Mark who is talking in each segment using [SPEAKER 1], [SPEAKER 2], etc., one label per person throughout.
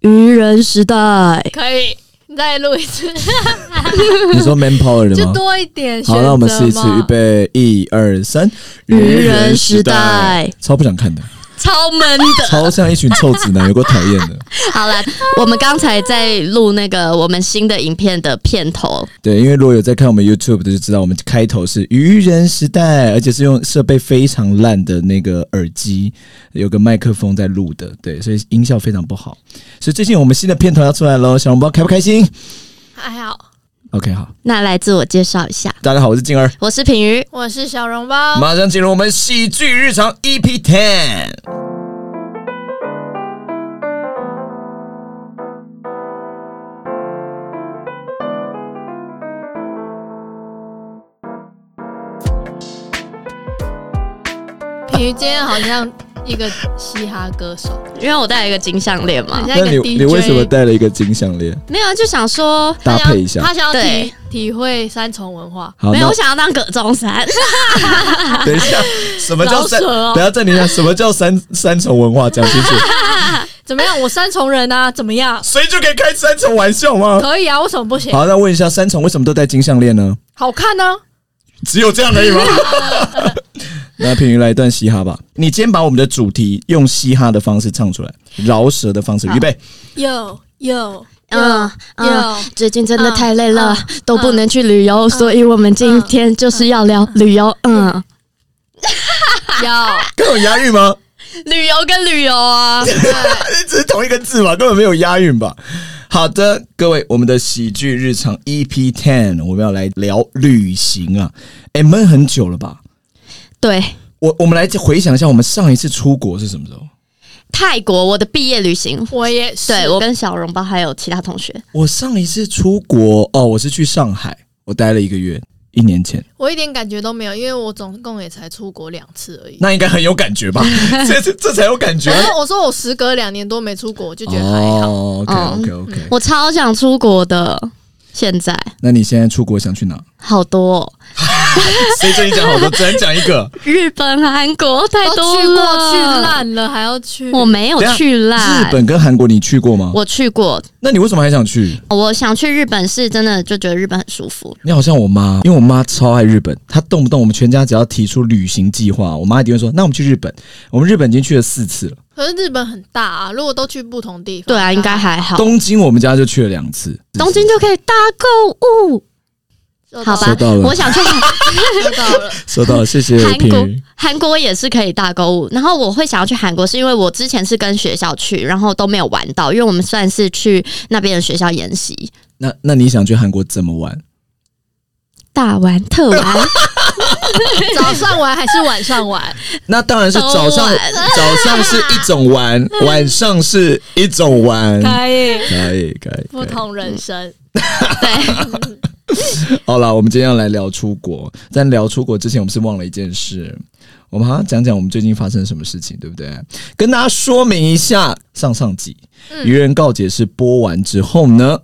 [SPEAKER 1] 愚人时代，
[SPEAKER 2] 可以，你再录一次，
[SPEAKER 3] 你说 manpower 的
[SPEAKER 2] 就
[SPEAKER 3] 吗？
[SPEAKER 2] 多一点选择
[SPEAKER 3] 好，
[SPEAKER 2] 嘛。
[SPEAKER 3] 那我们试一次，预备，一二三，
[SPEAKER 1] 愚人时代，
[SPEAKER 3] 超不想看 的，
[SPEAKER 1] 超闷的。
[SPEAKER 3] 超像一群臭直男，有够讨厌 的。
[SPEAKER 1] 好啦，我们刚才在录那个我们新的影片的片头，
[SPEAKER 3] 对，因为如果有在看我们 YouTube 的，就知道我们开头是愚人时代，而且是用设备非常烂的那个耳机，有个麦克风在录的，对，所以音效非常不好。所以最近我们新的片头要出来喽，小笼包开不开心
[SPEAKER 2] 还好，
[SPEAKER 3] ？OK，好，
[SPEAKER 1] 那来自我介绍一下，
[SPEAKER 3] 大家好，我是静儿，
[SPEAKER 1] 我是品瑜，
[SPEAKER 2] 我是小笼包。
[SPEAKER 3] 马上进入我们喜剧日常 EP Ten。
[SPEAKER 2] 平瑜今天好像一个嘻哈歌手，
[SPEAKER 1] 因为我戴了一个金项链嘛
[SPEAKER 2] 很，像
[SPEAKER 3] 那
[SPEAKER 2] 一
[SPEAKER 3] 你
[SPEAKER 2] 个 DJ。
[SPEAKER 3] 你为什么戴了一个金项链
[SPEAKER 1] 没有就想说，
[SPEAKER 3] 搭配一下？
[SPEAKER 2] 他想要体
[SPEAKER 1] 对
[SPEAKER 2] 体会三重文化，
[SPEAKER 3] 好，
[SPEAKER 1] 没有，
[SPEAKER 3] 那
[SPEAKER 1] 我想要当葛中山，
[SPEAKER 3] 等一下， 什么叫三？
[SPEAKER 2] 饶舌哦
[SPEAKER 3] 等一下暂停一下，什么叫三三重文化？讲 清楚，
[SPEAKER 2] 怎么样？我三重人啊，怎么样？
[SPEAKER 3] 谁就可以开三重玩笑吗？
[SPEAKER 2] 可以啊，为什么不行？
[SPEAKER 3] 好，那问一下，三重为什么都戴金项链呢？
[SPEAKER 2] 好看啊呢、
[SPEAKER 3] 只有这样 而已吗？那平云来一段嘻哈吧。你今天把我们的主题用嘻哈的方式唱出来，饶舌的方式。预备，
[SPEAKER 2] 有 有
[SPEAKER 1] 嗯
[SPEAKER 2] 有
[SPEAKER 1] 嗯
[SPEAKER 2] 有，
[SPEAKER 1] 最近真的太累了
[SPEAKER 2] 嗯，
[SPEAKER 1] 都不能去旅游，所以我们今天就是要聊旅游， 嗯，
[SPEAKER 2] 有，
[SPEAKER 3] 根本有押韵吗？
[SPEAKER 1] 旅游跟旅游 啊，
[SPEAKER 3] 只是同一个字嘛，根本没有押韵吧？好的，各位，我们的喜剧日常 EP Ten，我们要来聊旅行啊。哎、闷很久了吧？
[SPEAKER 1] 对。
[SPEAKER 3] 我我们来回想一下，我们上一次出国是什么时候？
[SPEAKER 1] 泰国，我的毕业旅行，
[SPEAKER 2] 我也是。
[SPEAKER 1] 对我跟小笼包还有其他同学，
[SPEAKER 3] 我上一次出国哦，我是去上海，我待了一个月，一年前。
[SPEAKER 2] 我一点感觉都没有，因为我总共也才出国两次而已。
[SPEAKER 3] 那应该很有 感觉吧？这这这才有感觉
[SPEAKER 2] 我说我说我时隔两年多没出国，我就觉得还好。
[SPEAKER 3] 哦，OK OK OK。
[SPEAKER 1] 我超想出国的。现在
[SPEAKER 3] 那你现在出国想去哪？
[SPEAKER 1] 好多、哦，
[SPEAKER 3] 谁跟你讲好多？只能讲一 个。
[SPEAKER 1] 日本、韩国太
[SPEAKER 2] 都
[SPEAKER 1] 多
[SPEAKER 2] 去过去
[SPEAKER 1] 了。
[SPEAKER 2] 烂了，还要去。
[SPEAKER 1] 我没有去啦，
[SPEAKER 3] 日本跟韩国你去过吗？
[SPEAKER 1] 我去过。
[SPEAKER 3] 那你为什么还想去？
[SPEAKER 1] 我想去日本是真的，就觉得日本很舒服。
[SPEAKER 3] 你好像我妈，因为我妈超爱日本，她动不动我们全家只要提出旅行计划，我妈一定会说：“那我们去日本。”我们日本已经去了四次了，
[SPEAKER 2] 可是日本很大啊，如果都去不同地方，
[SPEAKER 1] 对啊，应该还好。
[SPEAKER 3] 东京我们家就去了两次。
[SPEAKER 1] 东京就可以大购物，
[SPEAKER 2] 收
[SPEAKER 1] 好
[SPEAKER 2] 到了
[SPEAKER 1] 吧
[SPEAKER 3] 收到？了
[SPEAKER 1] 我想去
[SPEAKER 2] 收到了。
[SPEAKER 3] 收到了，谢谢
[SPEAKER 1] 韩
[SPEAKER 3] 品
[SPEAKER 1] 国
[SPEAKER 3] 瑜。，
[SPEAKER 1] 韩国也是可以大购物。然后我会想要去韩国，是因为我之前是跟学校去，然后都没有玩到，因为我们算是去那边的学校研习，
[SPEAKER 3] 那那你想去韩国怎么玩？
[SPEAKER 1] 大玩特 玩。
[SPEAKER 2] 早上玩还是晚上玩？
[SPEAKER 3] 那当然是
[SPEAKER 1] 都
[SPEAKER 3] 早上，
[SPEAKER 1] 玩
[SPEAKER 3] 早上是一种 玩，晚上是一种玩。
[SPEAKER 2] 可以，
[SPEAKER 3] 可以，可以，
[SPEAKER 2] 不同人
[SPEAKER 3] 嗯
[SPEAKER 2] 生。
[SPEAKER 1] 对，
[SPEAKER 3] 好啦，我们今天要来聊出国，但聊出国之前，我们是忘了一件事。我们好像讲讲我们最近发生什么事情，对不对？跟大家说明一下，上上集
[SPEAKER 2] 嗯
[SPEAKER 3] 《愚人告解室》播完之后呢，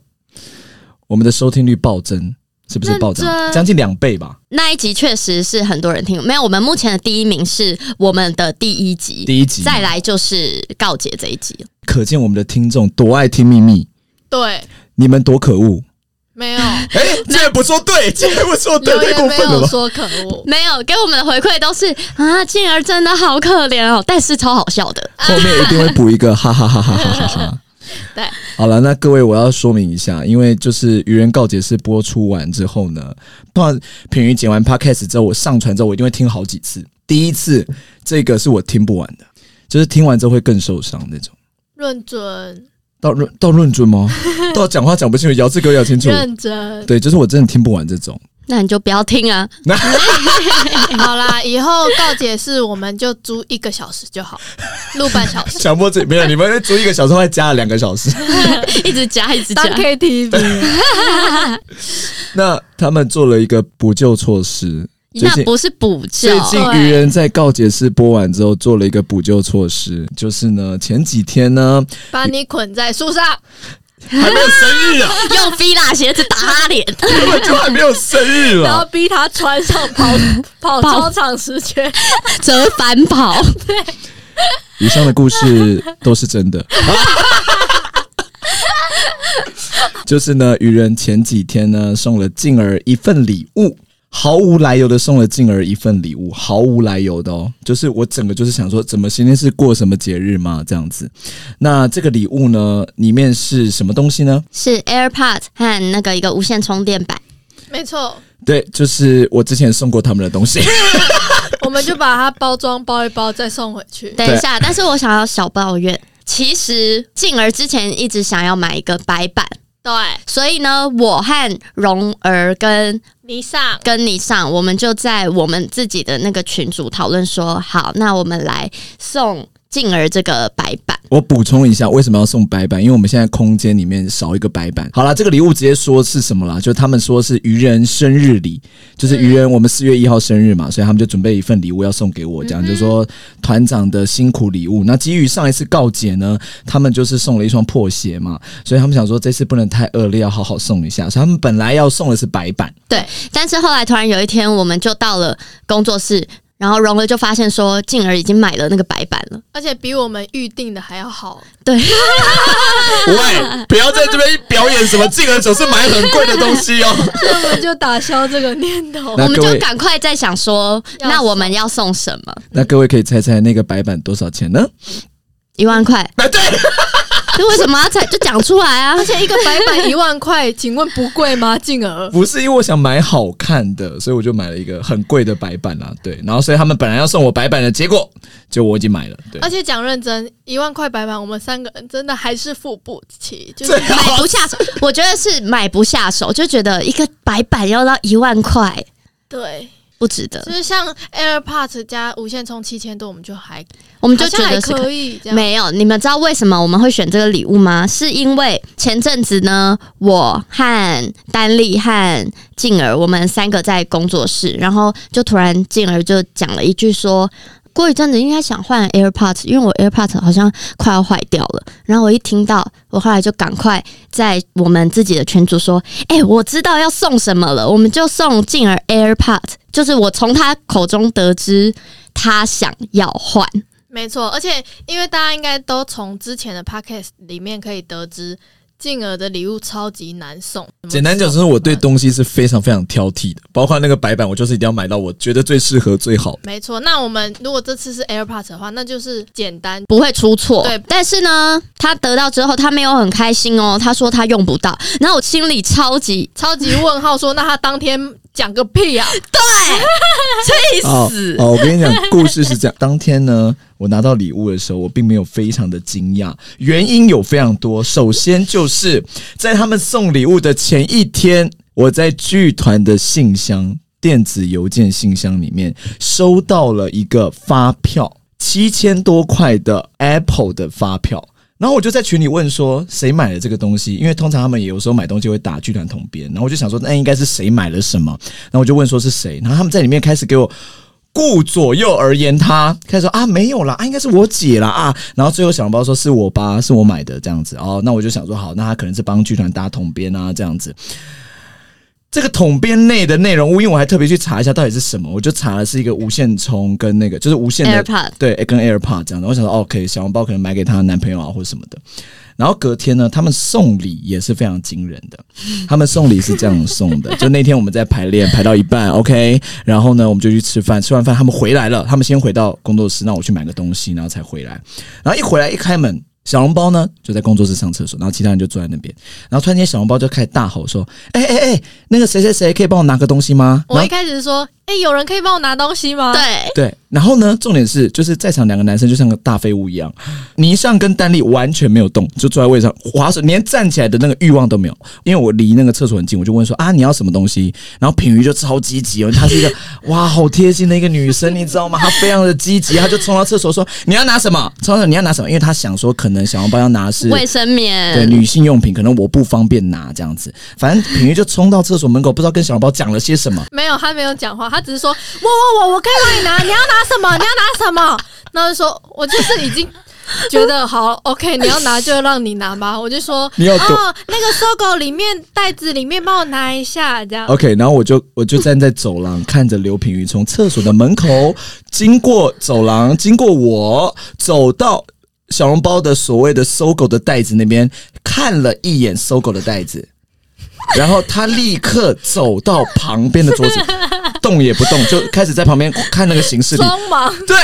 [SPEAKER 3] 我们的收听率暴增，是不是暴增
[SPEAKER 2] 认真？
[SPEAKER 3] 将近两倍吧。
[SPEAKER 1] 那一集确实是很多人听。没有，我们目前的第一名是我们的第一集，
[SPEAKER 3] 第一集
[SPEAKER 1] 再来就是告解这一集。
[SPEAKER 3] 可见我们的听众多爱听秘密，
[SPEAKER 2] 对，
[SPEAKER 3] 你们多可恶！
[SPEAKER 2] 没有，
[SPEAKER 3] 哎、竟然不说对，竟然不 说对，
[SPEAKER 2] 留
[SPEAKER 3] 太
[SPEAKER 2] 言
[SPEAKER 3] 过
[SPEAKER 2] 没
[SPEAKER 3] 分了
[SPEAKER 2] 有
[SPEAKER 3] 吧？
[SPEAKER 2] 说可恶。
[SPEAKER 1] 没有给我们的回馈都是啊，静儿真的好可怜哦，但是超好笑的。
[SPEAKER 3] 后面一定会补一个哈哈哈哈哈哈哈。
[SPEAKER 2] 对，
[SPEAKER 3] 好了，那各位我要说明一下，因为就是《愚人告解室》播出完之后呢，通常品瑜剪完 podcast 之后，我上传之后，我一定会听好几次。第一次这个是我听不完的，就是听完之后会更受伤那种。
[SPEAKER 2] 认准，
[SPEAKER 3] 到论到论尊吗？到讲话讲不清楚，咬字给我咬清楚。
[SPEAKER 2] 认 真。
[SPEAKER 3] 对，就是我真的听不完这种。
[SPEAKER 1] 那你就不要听啊，
[SPEAKER 3] 那
[SPEAKER 2] 好啦，以后告解室我们就租一个小时就 好，录半小时。
[SPEAKER 3] 强迫自己没有，你们租一个小时，后来加了两个小时。
[SPEAKER 1] 一直夹一直夹
[SPEAKER 2] 当。KTV，
[SPEAKER 3] 那他们做了一个补救措施，最
[SPEAKER 1] 那
[SPEAKER 3] 近
[SPEAKER 1] 不是补救
[SPEAKER 3] 最，近
[SPEAKER 2] 对
[SPEAKER 3] 愚人在告解室播完之后，做了一个补救措施，就是呢，前几天呢，
[SPEAKER 2] 把你捆在树上，
[SPEAKER 3] 还没有生日啊，
[SPEAKER 1] 用菲拉鞋子打他脸，
[SPEAKER 3] 根本就还没有生日
[SPEAKER 2] 然后
[SPEAKER 3] 啊。
[SPEAKER 2] 逼他穿上 跑跑
[SPEAKER 1] 跑
[SPEAKER 2] 操场十圈。
[SPEAKER 1] 折返跑。
[SPEAKER 3] 以上的故事都是真的。就是呢，愚人前几天呢送了静儿一份礼物。毫无来由的送了静儿一份礼物，毫无来由的哦，就是我整个就是想说，怎么今天是过什么节日吗？这样子。那这个礼物呢，里面是什么东西呢？
[SPEAKER 1] 是 AirPods 和那个一个无线充电板。
[SPEAKER 2] 没错，
[SPEAKER 3] 对，就是我之前送过他们的东西。
[SPEAKER 2] 我们就把它包装包一包，再送回去。
[SPEAKER 1] 等一下，但是我想要小抱怨，其实静儿之前一直想要买一个白板，
[SPEAKER 2] 对，
[SPEAKER 1] 所以呢，我和蓉儿跟
[SPEAKER 2] 你上
[SPEAKER 1] 跟你上，我们就在我们自己的那个群组讨论说，好，那我们来送静儿这个白板。
[SPEAKER 3] 我补充一下，为什么要送白板？因为我们现在空间里面少一个白板。好啦，这个礼物直接说是什么啦？就他们说是愚人生日礼，就是愚人我们四月一号生日嘛，所以他们就准备一份礼物要送给我，这样、就说团长的辛苦礼物。那基于上一次告解呢，他们就是送了一双破鞋嘛，所以他们想说这次不能太恶劣，要好好送一下。所以他们本来要送的是白板，
[SPEAKER 1] 但是后来突然有一天，我们就到了工作室，然后蓉儿就发现说，静儿已经买了那个白板了。
[SPEAKER 2] 而且比我们预定的还要 好。
[SPEAKER 1] 对，
[SPEAKER 3] 喂，不要在这边表演什么进而总是买很贵的东西哦。
[SPEAKER 2] 所以我们就打消这个念头
[SPEAKER 3] 那。
[SPEAKER 1] 我们
[SPEAKER 3] 各位
[SPEAKER 1] 就赶快在想说，
[SPEAKER 2] 要
[SPEAKER 1] 那我们要送什么？
[SPEAKER 3] 那各位可以猜猜那个白板多少钱呢？
[SPEAKER 1] 一万 块，
[SPEAKER 3] 啊，对。
[SPEAKER 1] 这为什么要才就讲出来啊
[SPEAKER 2] 而？ 且一个白板一万块，请问不贵吗？静 儿，
[SPEAKER 3] 不是因为我想买好看的，所以我就买了一个很贵的白板啦。对，然后所以他们本来要送我白板的，结果就我已经买了。对
[SPEAKER 2] 而，且讲认真，一万块白板，我们三个人真的还是付不起，就是
[SPEAKER 3] 对
[SPEAKER 1] 买不下手，我觉得是买不下手，就觉得一个白板要到一万块，
[SPEAKER 2] 对，
[SPEAKER 1] 不值得
[SPEAKER 2] 就。是像 AirPods 加无线充七千多，我们就还
[SPEAKER 1] 我
[SPEAKER 2] 我
[SPEAKER 1] 们就觉得是
[SPEAKER 2] 可以这样，
[SPEAKER 1] 没有，你们知道为什么我们会选这个礼物吗？是因为前阵子呢，我和丹丽和静儿，我们三个在工作室，然后就突然静儿就讲了一句说。过一阵子应该想换 AirPods，因为我 AirPods 好像快要坏掉了。然后我一听到，我后来就赶快在我们自己的群组说：“哎、我知道要送什么了，我们就送静儿 AirPods。”就是我从他口中得知他想要换。
[SPEAKER 2] 没错。而且因为大家应该都从之前的 Podcast 里面可以得知，静儿的礼物超级难送。
[SPEAKER 3] 简单讲就是我对东西是非常非常挑剔的，包括那个白板，我就是一定要买到我觉得最适合、最好的。
[SPEAKER 2] 没错，那我们如果这次是 AirPods 的话，那就是简单
[SPEAKER 1] 不会出错
[SPEAKER 2] 对。
[SPEAKER 1] 但是呢，他得到之后，他没有很开心哦。他说他用不到，然后我心里超级
[SPEAKER 2] 超级问号说，那他当天讲个屁 啊！
[SPEAKER 3] 哦哦，我跟你讲，故事是这样。当天呢，我拿到礼物的时候，我并没有非常的惊讶，原因有非常多。首先就是在他们送礼物的前一天，我在剧团的信箱电子邮件信箱里面收到了一个发票，七千多块的 Apple 的发票。然后我就在群里问说谁买了这个东西，因为通常他们有时候买东西会打剧团统编，然后我就想说那应该是谁买了什么，然后我就问说是谁，然后他们在里面开始给我顾左右而言他，开始说啊没有啦，啊应该是我姐啦啊，然后最后小笼包说是我吧，是我买的这样子哦，那我就想说好，那他可能是帮剧团搭统编啊这样子。这个统编内的内容物，因为我还特别去查一下到底是什么，我就查的是一个无线充跟那个就是无线的
[SPEAKER 1] AirPod
[SPEAKER 3] 对，跟 AirPod 这样的。我想说哦，可以，小笼包可能买给她男朋友啊或者什么的。然后隔天呢，他们送礼也是非常惊人的。他们送礼是这样送的， 就那天我们在排练，排到一半，OK，然后呢，我们就去吃饭，吃完饭他们回来了，他们先回到工作室，那我去买个东西，然后才回来。然后一回来一开门，小笼包呢就在工作室上厕所，然后其他人就坐在那边，然后突然间小笼包就开始大吼说：“哎哎哎，那个谁谁谁可以帮我拿个东西吗？”然
[SPEAKER 2] 我
[SPEAKER 3] 后
[SPEAKER 2] 一开始说，哎、有人可以帮我拿东西吗？
[SPEAKER 1] 对，
[SPEAKER 3] 对，然后呢？重点是，就是在场两个男生就像个大废物一样，倪尚跟丹丽完全没有动，就坐在位上划手，连站起来的那个欲望都没有。因为我离那个厕所很近，我就问说啊，你要什么东西？然后品瑜就超积极哦，她是一个哇，好贴心的一个女生，你知道吗？她非常的积极，她就冲到厕所说你要拿什么？冲到厕所你要拿什么？因为她想说，可能小红包要拿的是
[SPEAKER 1] 卫生
[SPEAKER 3] 对
[SPEAKER 1] 棉。
[SPEAKER 3] 女性用品，可能我不方便拿这样子。反正品瑜就冲到厕所门口，不知道跟小红包讲了些什么。
[SPEAKER 2] 没有，他没有讲话，他只是说我我我我可以帮你拿，你要拿什么？你要拿什么？然后就说，我就是已经觉得好 OK，你要拿就让你拿吧。我就说，
[SPEAKER 3] 你有多
[SPEAKER 2] 哦，那个搜狗里面袋子里面帮我拿一下，这样。
[SPEAKER 3] OK，然后我就我就站在走 廊，看着刘品瑜从厕所的门口经过走廊，经过我，走到小笼包的所谓的搜狗的袋子那边看了一眼搜狗的袋子，然后他立刻走到旁边的桌子，动也不动，就开始在旁边看那个行事历。
[SPEAKER 2] 装忙，
[SPEAKER 3] 对，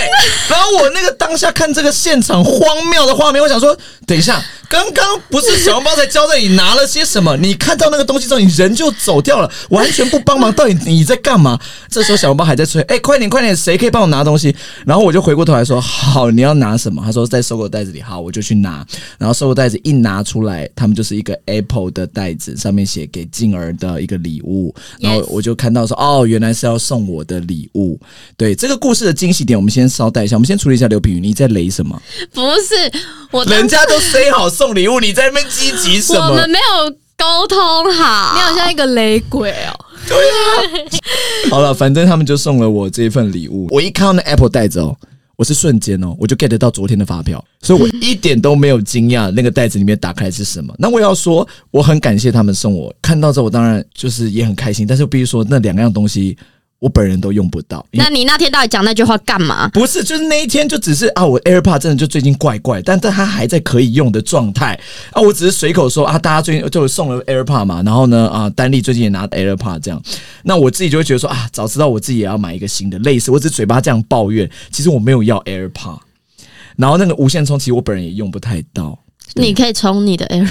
[SPEAKER 3] 然后我那个当下看这个现场荒谬的画面，我想说，等一下，刚刚不是小笼包在交代你拿了些什么？你看到那个东西之后，你人就走掉了，完全不帮忙，到底你在干嘛？这时候小笼包还在催，哎、快点快点，谁可以帮我拿东西？然后我就回过头来说，好，你要拿什么？他说在收购袋子里，好，我就去拿。然后收购袋子一拿出来，他们就是一个 Apple 的袋子，上面写给静儿的一个礼物。然后
[SPEAKER 2] Yes
[SPEAKER 3] 我就看到说，哦，原来是要送我的礼物。对这个故事的惊喜点，我们先稍待一下，我们先处理一下刘品瑜，你在雷什么？
[SPEAKER 1] 不是我当
[SPEAKER 3] 人家都 say 好送礼物，你在那边积极什
[SPEAKER 1] 我
[SPEAKER 3] 么
[SPEAKER 1] 们？没有沟通好，
[SPEAKER 2] 你好像一个雷鬼哦。
[SPEAKER 3] 好了，反正他们就送了我这份礼物。我一看到那 Apple 袋子哦，我是瞬间哦，我就 get 到昨天的发票，所以我一点都没有惊讶那个袋子里面打开是什么。那我要说，我很感谢他们送我，看到之后我当然就是也很开心，但是我必须说那两样东西我本人都用不到，因为
[SPEAKER 1] 那你那天到底讲那句话干嘛？
[SPEAKER 3] 不是，就是那一天就只是啊，我 AirPod 真的就最近怪怪，但但它还在可以用的状态啊，我只是随口说啊，大家最近就送了 AirPod 嘛，然后呢啊，丹丽最近也拿 AirPod 这样，那我自己就会觉得说啊，早知道我自己也要买一个新的，类似我只是嘴巴这样抱怨，其实我没有要 AirPod，然后那个无线充其实我本人也用不太到，
[SPEAKER 1] 你可以充你的 AirPod。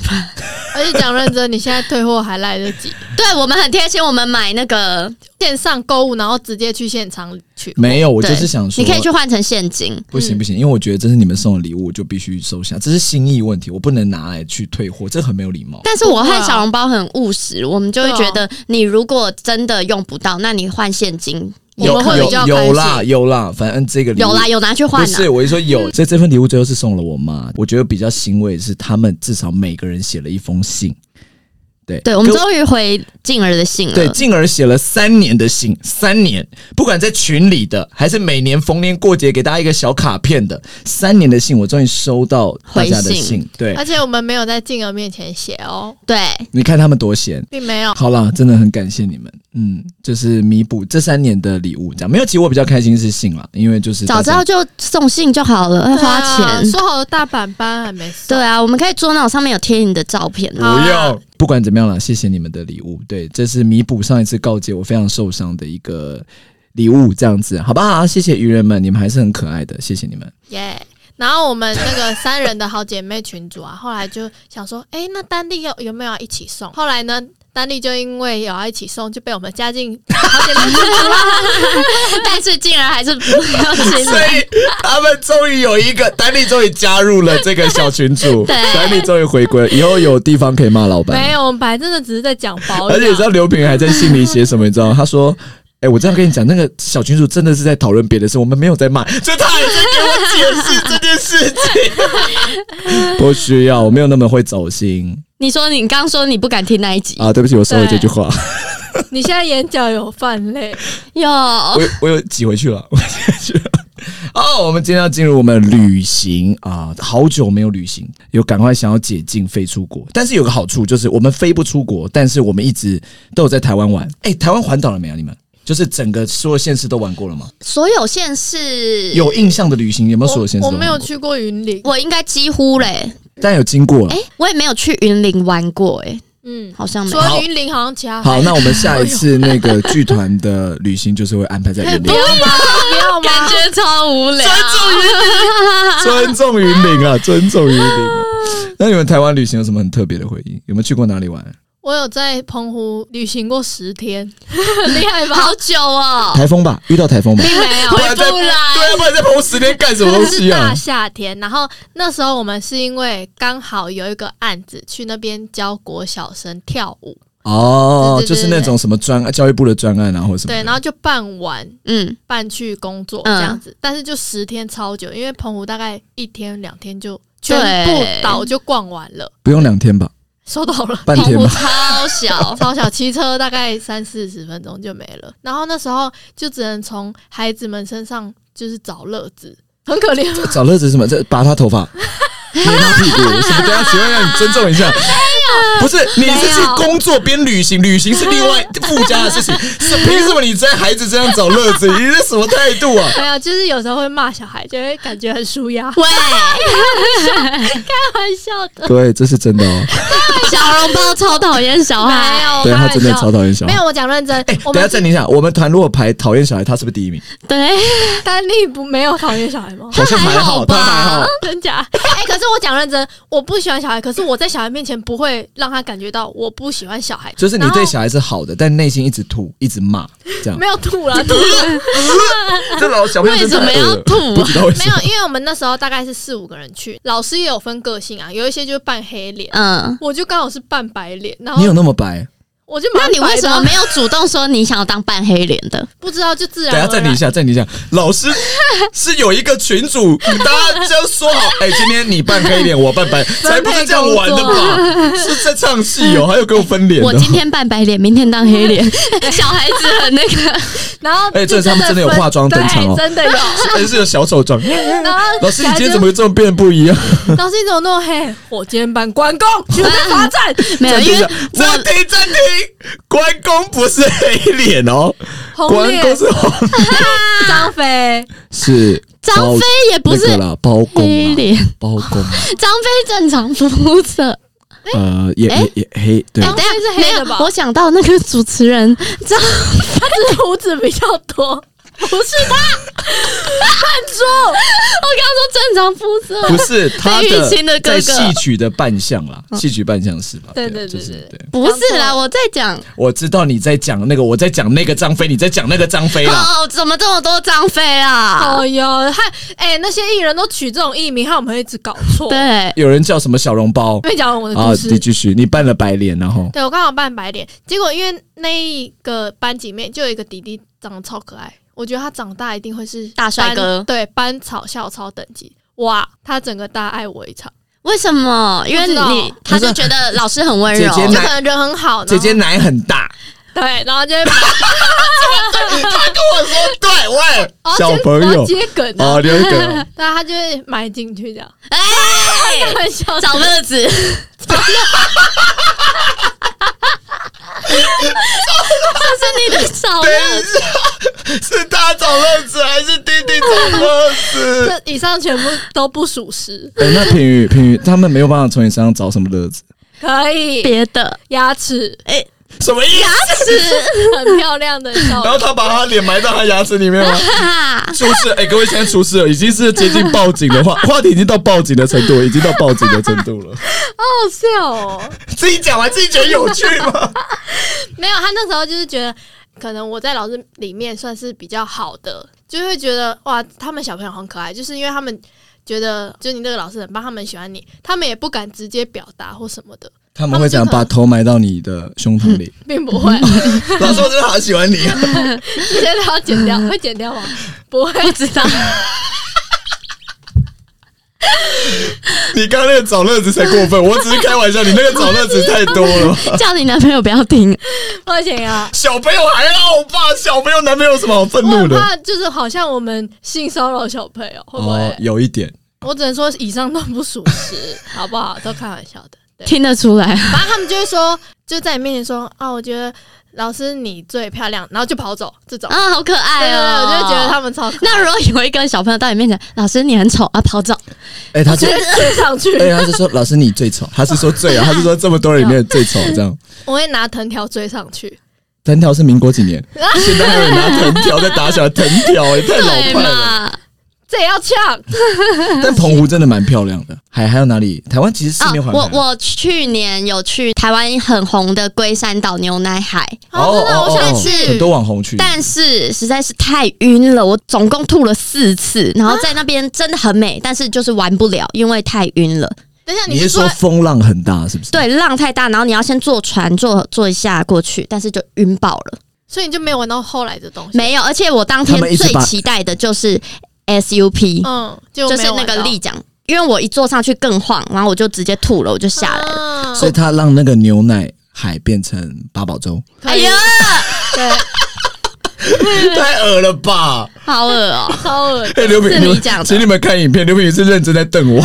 [SPEAKER 2] 而且讲认真，你现在退货还来得及，
[SPEAKER 1] 对我们很贴心，我们买那个
[SPEAKER 2] 线上购物，然后直接去现场取。
[SPEAKER 3] 没有，我
[SPEAKER 1] 对
[SPEAKER 3] 就是想说，
[SPEAKER 1] 你可以去换成现金。
[SPEAKER 3] 不行不行，因为我觉得这是你们送的礼物，我就必须收下，这是心意问题，我不能拿来去退货，这很没有礼貌。
[SPEAKER 1] 但是我
[SPEAKER 2] 不会
[SPEAKER 1] 和
[SPEAKER 2] 啊
[SPEAKER 1] 小笼包很务实，我们就会
[SPEAKER 2] 对啊
[SPEAKER 1] 觉得你如果真的用不到，那你换现金。
[SPEAKER 2] 我们会
[SPEAKER 3] 有
[SPEAKER 2] 比较开
[SPEAKER 3] 有
[SPEAKER 2] 心
[SPEAKER 3] 啦有啦，反正这个礼物
[SPEAKER 1] 有啦，有拿去换啊嗯
[SPEAKER 3] 不
[SPEAKER 1] 啦。
[SPEAKER 3] 是，我是说有，所以这份礼物最后是送了我妈。我觉得比较欣慰的是，他们至少每个人写了一封信。对，
[SPEAKER 1] 对，我们嗯
[SPEAKER 3] 可
[SPEAKER 1] 终于回静儿的信了。
[SPEAKER 3] 对，进而写了三年的信，三年，不管在群里的，还是每年逢年过节给大家一个小卡片的，三年的信，我终于收到大家的
[SPEAKER 1] 回信哎
[SPEAKER 3] 信。对
[SPEAKER 2] 而，且我们没有在静儿面前写哦，
[SPEAKER 1] 对
[SPEAKER 3] 你看他们多闲。
[SPEAKER 2] 并没有。
[SPEAKER 3] 好啦，真的很感谢你们，嗯，就是弥补这三年的礼物，这样没有。其实我比较开心是信啦，因为就是
[SPEAKER 1] 早
[SPEAKER 3] 大
[SPEAKER 1] 知
[SPEAKER 3] 家
[SPEAKER 1] 道就送信就好了，要花
[SPEAKER 2] 对啊
[SPEAKER 1] 钱。
[SPEAKER 2] 说好的大板板还没送
[SPEAKER 1] 对啊，我们可以做那种上面有贴你的照片哦
[SPEAKER 2] 好啊要。
[SPEAKER 3] 不管怎么样了，谢谢你们的礼物，对，这是弥补上一次告诫我非常受伤的一个礼物，这样子，好不好？谢谢愚人们，你们还是很可爱的，谢谢你们。
[SPEAKER 2] 耶。然后我们那个三人的好姐妹群组 啊，后来就想说，哎、那丹丽有有没有要一起送？后来呢，丹丽就因为有要一起送，就被我们加进好姐妹群组了。
[SPEAKER 1] 但是竟然还是不要心
[SPEAKER 3] 所以他们终于有一个，丹尼终于加入了这个小群 组，
[SPEAKER 1] 对
[SPEAKER 3] 丹尼终于回归了，以后有地方可以骂老板。
[SPEAKER 2] 没有，我们本来真的只是在讲保养。
[SPEAKER 3] 而且你知道刘品还在信里写什么？你知道吗？他说：“哎、我这样跟你讲，那个小群主真的是在讨论别的事，我们没有在骂。”就他还在给我解释这件事情。 不需要，我没有那么会走心
[SPEAKER 1] 你说你刚说你不敢听那一集，
[SPEAKER 3] 啊！对不起，我收了这句话，
[SPEAKER 2] 你现在眼角有泛泪，
[SPEAKER 1] 有
[SPEAKER 3] 我我有挤回去了， 我挤回去了。哦，我们今天要进入我们的旅行啊，好久没有旅行，有赶快想要解禁飞出国，但是有个好处就是我们飞不出国，但是我们一直都有在台湾玩。哎、台湾环岛了没有？你们就是整个所有县市都玩过了吗？
[SPEAKER 1] 所有县市，
[SPEAKER 3] 有印象的旅行有没有所有县市？
[SPEAKER 2] 我没有，去过云林。
[SPEAKER 1] 我应该几乎嘞，
[SPEAKER 3] 但有经过了
[SPEAKER 1] 哎、。我也没有去云林玩过、诶，
[SPEAKER 2] 嗯，
[SPEAKER 1] 好像没
[SPEAKER 2] 除
[SPEAKER 1] 有。
[SPEAKER 2] 了云林，好像其他还
[SPEAKER 3] 好，那我们下一次那个剧团的旅行就是会安排在云林，
[SPEAKER 2] 不要吗？
[SPEAKER 1] 感觉超无聊，
[SPEAKER 3] 尊重云林啊，尊重云林。那你们台湾旅行有什么很特别的回忆？有没有去过哪里玩？
[SPEAKER 2] 我有在澎湖旅行过十 天，很厉害吧？
[SPEAKER 1] 好久哦，
[SPEAKER 3] 台风吧，遇到台风吧，
[SPEAKER 1] 并没有
[SPEAKER 3] 不然
[SPEAKER 1] 回
[SPEAKER 3] 在
[SPEAKER 1] 不来。
[SPEAKER 3] 对啊，不然在澎湖十天干什么东
[SPEAKER 2] 是
[SPEAKER 3] 西啊
[SPEAKER 2] 大？夏天，然后那时候我们是因为刚好有一个案子，去那边教国小生跳舞，
[SPEAKER 3] 哦，
[SPEAKER 2] 对对对
[SPEAKER 3] 就是那种什么专教育部的专案啊，或者什么
[SPEAKER 2] 对，
[SPEAKER 3] 的。
[SPEAKER 2] 然后就办完
[SPEAKER 1] 嗯，
[SPEAKER 2] 办去工作
[SPEAKER 1] 嗯
[SPEAKER 2] 这样子，但是就十天超久，因为澎湖大概一天两天就全部岛就逛完了，
[SPEAKER 3] 不用两天吧，
[SPEAKER 2] 收到了。，
[SPEAKER 3] 半
[SPEAKER 1] 澎
[SPEAKER 3] 天
[SPEAKER 1] 湖
[SPEAKER 3] 吧。
[SPEAKER 1] 超小
[SPEAKER 2] 超小骑车大概三四十分钟就没了，然后那时候就只能从孩子们身上就是找乐子，很可怜。
[SPEAKER 3] 找乐子是什么？这拔他头发，捏他屁股，什么？等下，请问一下，你尊重一下。不是，你是去
[SPEAKER 1] 没有
[SPEAKER 3] 工作边旅行，旅行是另外 附加的事 情。是凭什么你在孩子身上找乐子？你是什么态度 啊？
[SPEAKER 2] 没有，就是有时候会骂小孩，就会感觉很舒压，
[SPEAKER 1] 喂，
[SPEAKER 2] 开玩笑的。
[SPEAKER 3] 各位，这是真的哦。
[SPEAKER 1] 小笼包超讨厌小
[SPEAKER 2] 没
[SPEAKER 1] 孩，
[SPEAKER 2] 有，
[SPEAKER 3] 对
[SPEAKER 2] 开
[SPEAKER 3] 他
[SPEAKER 2] 玩
[SPEAKER 3] 真的
[SPEAKER 2] 笑
[SPEAKER 3] 超讨厌小
[SPEAKER 2] 没
[SPEAKER 3] 孩。
[SPEAKER 2] 有，我讲认真。我
[SPEAKER 3] 哎等一下
[SPEAKER 2] 们
[SPEAKER 3] 暂停一下，我们团如果排讨厌小孩，他是不是第一名？
[SPEAKER 1] 对，
[SPEAKER 2] 丹丽不没有讨厌小 孩吗？啊
[SPEAKER 3] 好像还
[SPEAKER 1] 还好
[SPEAKER 3] 他
[SPEAKER 1] 吧
[SPEAKER 3] 还好。
[SPEAKER 2] 真假？哎、可是我讲认真，我不喜欢小孩，可是我在小孩面前不会让他感觉到我不喜欢小孩，
[SPEAKER 3] 就是你对
[SPEAKER 2] 然后
[SPEAKER 3] 小孩是好的，但内心一直吐，一直骂，这样
[SPEAKER 2] 没。有吐 了，吐了
[SPEAKER 3] 这老小
[SPEAKER 1] 为什么
[SPEAKER 3] 呃
[SPEAKER 1] 要吐
[SPEAKER 3] 不？知道为什
[SPEAKER 2] 没
[SPEAKER 3] 么。
[SPEAKER 2] 有，因哦为我们那时候大概是四五个人去，老师也有分个性啊，有一些就是扮黑脸，
[SPEAKER 1] 嗯，
[SPEAKER 2] 我就刚好是扮白脸，然
[SPEAKER 3] 啊你
[SPEAKER 2] 后
[SPEAKER 3] 有那么白？
[SPEAKER 2] 我就
[SPEAKER 1] 那
[SPEAKER 2] 蛮
[SPEAKER 1] 你为
[SPEAKER 2] 白
[SPEAKER 1] 什
[SPEAKER 2] 的啊
[SPEAKER 1] 么没有主动说你想要当扮黑脸的？
[SPEAKER 2] 不知道就自
[SPEAKER 3] 等一
[SPEAKER 2] 然
[SPEAKER 3] 下
[SPEAKER 2] 而
[SPEAKER 3] 暂停一
[SPEAKER 2] 然？
[SPEAKER 3] 下，暂停一下。老师是有一个群主，大家这样说好， 哎，今天你扮黑脸，我扮白，才不是这样玩的吧？是在唱戏哦，还有给我分脸
[SPEAKER 1] 我
[SPEAKER 3] 的。
[SPEAKER 1] 今天扮白脸，明天当黑脸，小孩子很那个。
[SPEAKER 2] 然后
[SPEAKER 3] 哎这
[SPEAKER 2] 就
[SPEAKER 3] 是他们真的有
[SPEAKER 2] 分
[SPEAKER 3] 化妆登场哦
[SPEAKER 2] 对真的有。
[SPEAKER 3] 还是有小丑妆。
[SPEAKER 2] 然后
[SPEAKER 3] 老师，你今天怎
[SPEAKER 2] 么
[SPEAKER 3] 么这么变不一样？
[SPEAKER 2] 老师你怎么那么黑？我今天扮 关公，啊绝对罚站。
[SPEAKER 1] 没有，啊
[SPEAKER 3] 暂
[SPEAKER 1] 因
[SPEAKER 3] 停
[SPEAKER 1] 为
[SPEAKER 3] 一下，暂停，暂停。关公不是黑脸哦，
[SPEAKER 2] 红
[SPEAKER 3] 关公
[SPEAKER 2] 脸
[SPEAKER 3] 是红，
[SPEAKER 2] 张飞，
[SPEAKER 3] 是
[SPEAKER 1] 张飞也不是
[SPEAKER 3] 那个啦，包公
[SPEAKER 1] 黑
[SPEAKER 3] 啦，
[SPEAKER 1] 脸，
[SPEAKER 3] 包公，啊
[SPEAKER 1] 张飞正常肤色。
[SPEAKER 3] 呃，也
[SPEAKER 1] 哎
[SPEAKER 3] 也也黑，对
[SPEAKER 1] 哎，等
[SPEAKER 2] 张飞
[SPEAKER 1] 一
[SPEAKER 2] 是
[SPEAKER 1] 下没
[SPEAKER 2] 黑的
[SPEAKER 1] 有
[SPEAKER 2] 吧，
[SPEAKER 1] 我想到那个主持 人张
[SPEAKER 2] 他的胡子比较多，不是他。汉珠，
[SPEAKER 1] 我刚刚说正常肤色，
[SPEAKER 3] 不是 他
[SPEAKER 1] 费玉
[SPEAKER 3] 的
[SPEAKER 1] 清的哥哦
[SPEAKER 3] 在
[SPEAKER 1] 哥
[SPEAKER 3] 戏曲的扮相啦，戏曲扮相是吧？
[SPEAKER 2] 对
[SPEAKER 3] 对啊
[SPEAKER 2] 对对
[SPEAKER 3] 就是
[SPEAKER 2] 对
[SPEAKER 3] 对。
[SPEAKER 1] 不是啦，我在讲
[SPEAKER 3] 我知道你在讲那个，我在讲那个张飞，你在讲那个张飞啦。
[SPEAKER 1] 哦，怎么这么多张飞啊？
[SPEAKER 2] 哦哟，还哎、那些艺人都取这种艺名，害我们一直搞错。，
[SPEAKER 1] 对，
[SPEAKER 3] 有人叫什么小笼包
[SPEAKER 2] 没讲完我的
[SPEAKER 3] 啊？
[SPEAKER 2] 故
[SPEAKER 3] 你
[SPEAKER 2] 事。
[SPEAKER 3] 继续，你扮了白脸，然
[SPEAKER 1] 哦
[SPEAKER 3] 后
[SPEAKER 2] 对我刚好扮白脸，结果因为那一个班级里面就有一个弟弟长得超可爱，我觉得他长大一定会是
[SPEAKER 1] 大帅哥
[SPEAKER 2] 班对，班草校草等级。哇，他整个大爱我一场，
[SPEAKER 1] 为什么？因为
[SPEAKER 2] 不知道
[SPEAKER 1] 你他就觉得老师很温柔，
[SPEAKER 3] 姐姐
[SPEAKER 2] 就
[SPEAKER 3] 奶
[SPEAKER 2] 可能人很好。
[SPEAKER 3] 姐姐
[SPEAKER 2] 然后
[SPEAKER 3] 奶很 大，
[SPEAKER 2] 对，然后就会把
[SPEAKER 3] 我说对喂
[SPEAKER 2] 哦
[SPEAKER 3] 小
[SPEAKER 2] 接
[SPEAKER 3] 朋
[SPEAKER 2] 然
[SPEAKER 3] 友
[SPEAKER 2] 后接梗啊，
[SPEAKER 3] 哦，留一个，
[SPEAKER 2] 对，他就会埋进去这样。
[SPEAKER 1] 哎，
[SPEAKER 2] 开玩笑，
[SPEAKER 1] 找乐子， 这是你的找乐子，
[SPEAKER 3] 是他找乐子还是弟弟找乐子？
[SPEAKER 2] 这以上全部都不属实。
[SPEAKER 3] 哎、那品宇，品宇，他们没有办法从你身上找什么乐子，
[SPEAKER 2] 可以，
[SPEAKER 1] 别的
[SPEAKER 2] 牙齿
[SPEAKER 3] 什么意思？
[SPEAKER 1] 是
[SPEAKER 2] 很漂亮的 笑
[SPEAKER 3] 然
[SPEAKER 2] 容
[SPEAKER 3] 后，他把他脸埋到他牙齿里面吗？
[SPEAKER 1] 啊，
[SPEAKER 3] 出事！哎、各位，现在出事了，已经是接近报警 的话，话题已经到报警的程度，已经到报警的程度了。
[SPEAKER 2] 好笑哦。
[SPEAKER 3] 自己讲完自己觉得有趣 吗？
[SPEAKER 2] 没有，他那时候就是觉得，可能我在老师里面算是比较好的，就会觉得哇，他们小朋友很可爱，就是因为他们觉得，就你这个老师很棒，他们喜欢你，他们也不敢直接表达或什么的，
[SPEAKER 3] 他们会这样把头埋到你的胸膛里。
[SPEAKER 2] 并不会。
[SPEAKER 3] 老师，我真的好喜欢你、啊
[SPEAKER 2] 这些都要剪掉，会剪掉吗？不会，
[SPEAKER 1] 不知道，
[SPEAKER 3] 你刚刚那个找乐子才过分，我只是开玩笑，你那个找乐子太多了。
[SPEAKER 1] 叫你男朋友不要听，
[SPEAKER 2] 不行啊。
[SPEAKER 3] 小朋友还好吧？小朋友男朋友有什么好愤
[SPEAKER 2] 我
[SPEAKER 3] 怒
[SPEAKER 2] 很
[SPEAKER 3] 的？
[SPEAKER 2] 怕，就是好像我们性骚扰小朋友，会不会？
[SPEAKER 3] 哦，有一点。
[SPEAKER 2] 我只能说以上都不属实，好不好？都开玩笑的。对，
[SPEAKER 1] 听得出来。
[SPEAKER 2] 反正他们就会说，就在你面前说啊，我觉得老师你最漂亮，然后就跑走这种。
[SPEAKER 1] 啊，好可
[SPEAKER 2] 对
[SPEAKER 1] 爱
[SPEAKER 2] 对对，
[SPEAKER 1] 哦！
[SPEAKER 2] 我就觉得他们超可
[SPEAKER 1] 那如果有一个小朋友到你面前，老师你很丑啊，跑走，
[SPEAKER 3] 哎、他是，
[SPEAKER 2] 爱，就追上去
[SPEAKER 3] 哎、，他是说老师你最丑，他是说最啊，他是说这么多人里面最丑这样。
[SPEAKER 2] 我会拿藤条追上去。
[SPEAKER 3] 藤条是民国几年？现在还有人拿藤条在打小孩，藤条也、太哎老
[SPEAKER 1] 对
[SPEAKER 3] 派了。
[SPEAKER 1] 嘛？
[SPEAKER 2] 这也要呛，
[SPEAKER 3] 但澎湖真的蛮漂亮的，还还有哪里？台湾其实四面环海、
[SPEAKER 1] 啊我我去年有去台湾很红的龟山岛牛奶海，
[SPEAKER 2] 好，真的，我想去。
[SPEAKER 1] 去
[SPEAKER 3] 哦很多网红去。
[SPEAKER 1] 但是实在是太晕了，我总共吐了四次，然后在那边真的很美，但是就是玩不了，因为太晕了。
[SPEAKER 2] 等一下，
[SPEAKER 3] 你是
[SPEAKER 2] 是
[SPEAKER 3] 说风浪很大是不是？，
[SPEAKER 1] 对，浪太大，然后你要先坐船坐坐一下过去，但是就晕爆了。
[SPEAKER 2] 所以你就没有玩到后来的东西？
[SPEAKER 1] 没有，而且我当天
[SPEAKER 3] 他们一直
[SPEAKER 1] 最
[SPEAKER 3] 把
[SPEAKER 1] 期待的就是 SUP，、
[SPEAKER 2] 嗯，就
[SPEAKER 1] 哦就
[SPEAKER 2] 没
[SPEAKER 1] 是
[SPEAKER 2] 有
[SPEAKER 1] 那
[SPEAKER 2] 玩到
[SPEAKER 1] 个立桨，因为我一坐上去更晃，然后我就直接吐了，我就下来了。
[SPEAKER 2] 啊
[SPEAKER 3] 所以他让那个牛奶海变成八宝粥，
[SPEAKER 2] 可以
[SPEAKER 1] 哎呀
[SPEAKER 2] 对，
[SPEAKER 3] 太恶了吧！
[SPEAKER 1] 好恶 哦、
[SPEAKER 2] 超恶
[SPEAKER 3] 哎、刘品，
[SPEAKER 1] 是
[SPEAKER 3] 你
[SPEAKER 1] 你
[SPEAKER 3] 们
[SPEAKER 1] 讲的
[SPEAKER 3] 请你们看影片，刘品宇是认真在 瞪我，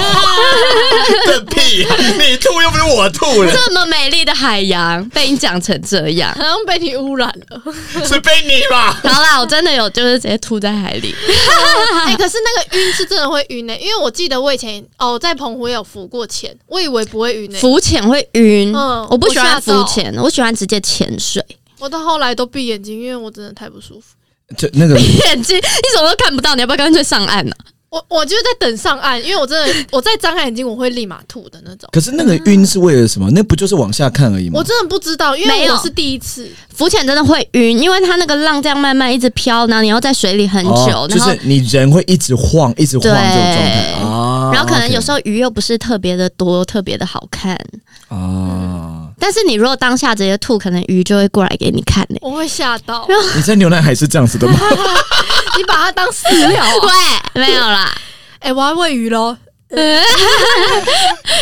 [SPEAKER 3] 瞪屁、你吐又不是我吐了，
[SPEAKER 1] 这么美丽的海洋被你讲成这样，
[SPEAKER 2] 好像被你污染了。
[SPEAKER 3] 是被你吧？
[SPEAKER 1] 好啦，我真的有就是直接吐在海 里，
[SPEAKER 2] 哎、可是那个晕是真的会晕呢、因为我记得我以前哦在澎湖也有浮过潜，我以为不会晕呢、
[SPEAKER 1] 浮潜会晕，
[SPEAKER 2] 嗯
[SPEAKER 1] 我不喜欢
[SPEAKER 2] 我吓到
[SPEAKER 1] 浮潜，我喜欢直接潜水。
[SPEAKER 2] 我到后来都闭眼睛，因为我真的太不舒服。
[SPEAKER 3] 这那个
[SPEAKER 1] 眼睛你怎么都看不到，你要不要干脆上岸呢、啊
[SPEAKER 2] 我我就是在等上岸，因为我真的 我再张开眼睛我会立马吐的那种。
[SPEAKER 3] 可是那个晕是为了什么？那不就是往下看而已吗
[SPEAKER 2] 我？真的不知道，因
[SPEAKER 1] 没
[SPEAKER 2] 为
[SPEAKER 1] 有
[SPEAKER 2] 我是第一次。
[SPEAKER 1] 浮潜真的会晕，因为它那个浪这样慢慢一直飘，然后你要在水里很久，
[SPEAKER 3] 哦就
[SPEAKER 1] 然后、
[SPEAKER 3] 是你人会一直晃，一直晃这
[SPEAKER 1] 对
[SPEAKER 3] 种状态啊。
[SPEAKER 1] 然后可能有时
[SPEAKER 3] 候
[SPEAKER 1] 候鱼又不是特别的多，特别的好看。
[SPEAKER 3] 啊，
[SPEAKER 1] 但是你如果当下直接吐，可能鱼就会过来给你看欸呢、
[SPEAKER 2] 我会吓到，
[SPEAKER 3] 你在牛奶海是这样子的吗？
[SPEAKER 2] 你把它当饲料啊！
[SPEAKER 1] 喂，哦没有啦，
[SPEAKER 2] 哎、我要喂鱼喽！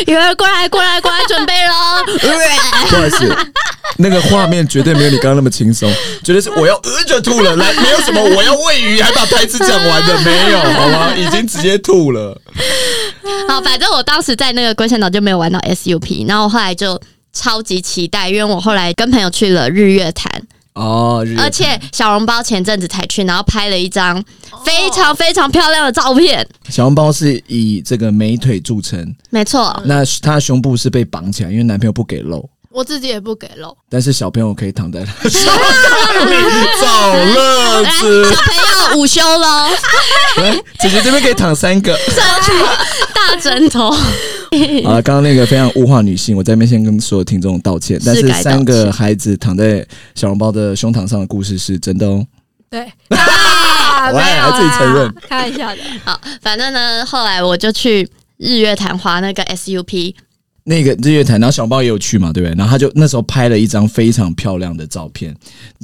[SPEAKER 1] 鱼儿过来，过来，过来，准备喽！
[SPEAKER 3] 不好意思，那个画面绝对没有你刚刚那么轻松，绝对是我要呃就吐了，来，没有什么我要喂鱼，还把台词讲完的没有，好吗？已经直接吐了。
[SPEAKER 1] 好，反正我当时在那个龟山岛就没有玩到 SUP，然后我后来就超级期待，因为我后来跟朋友去了日月潭，
[SPEAKER 3] 哦，日
[SPEAKER 1] 而且小笼包前阵子才去，然后拍了一张非常非常漂亮的照片。
[SPEAKER 3] 小笼包是以这个美腿著称，
[SPEAKER 1] 没
[SPEAKER 2] 嗯
[SPEAKER 1] 错，
[SPEAKER 3] 那她胸部是被绑起来，因为男朋友不给露。
[SPEAKER 2] 我自己也不给喽。
[SPEAKER 3] 但是小朋友可以躺 在他手上面找乐
[SPEAKER 1] 来
[SPEAKER 3] 子
[SPEAKER 1] 小，朋友午休喽，
[SPEAKER 3] 来姐姐这边可以躺三 个。
[SPEAKER 1] 大枕头。
[SPEAKER 3] 啊，刚刚那个非常物化女性，我在那边先跟所有听众道歉。但是
[SPEAKER 1] 该道歉
[SPEAKER 3] 三个孩子躺在小笼包的胸膛上的故事是真的哦。
[SPEAKER 2] 对，啊
[SPEAKER 3] 喂
[SPEAKER 2] 没有
[SPEAKER 3] 哎还自己
[SPEAKER 2] 啦
[SPEAKER 3] 承认，
[SPEAKER 2] 开玩笑的。
[SPEAKER 1] 好，反正呢，后来我就去日月潭滑那个 SUP，
[SPEAKER 3] 那个日月潭，然后小笼包也有去嘛，对不对？然后他就那时候拍了一张非常漂亮的照片，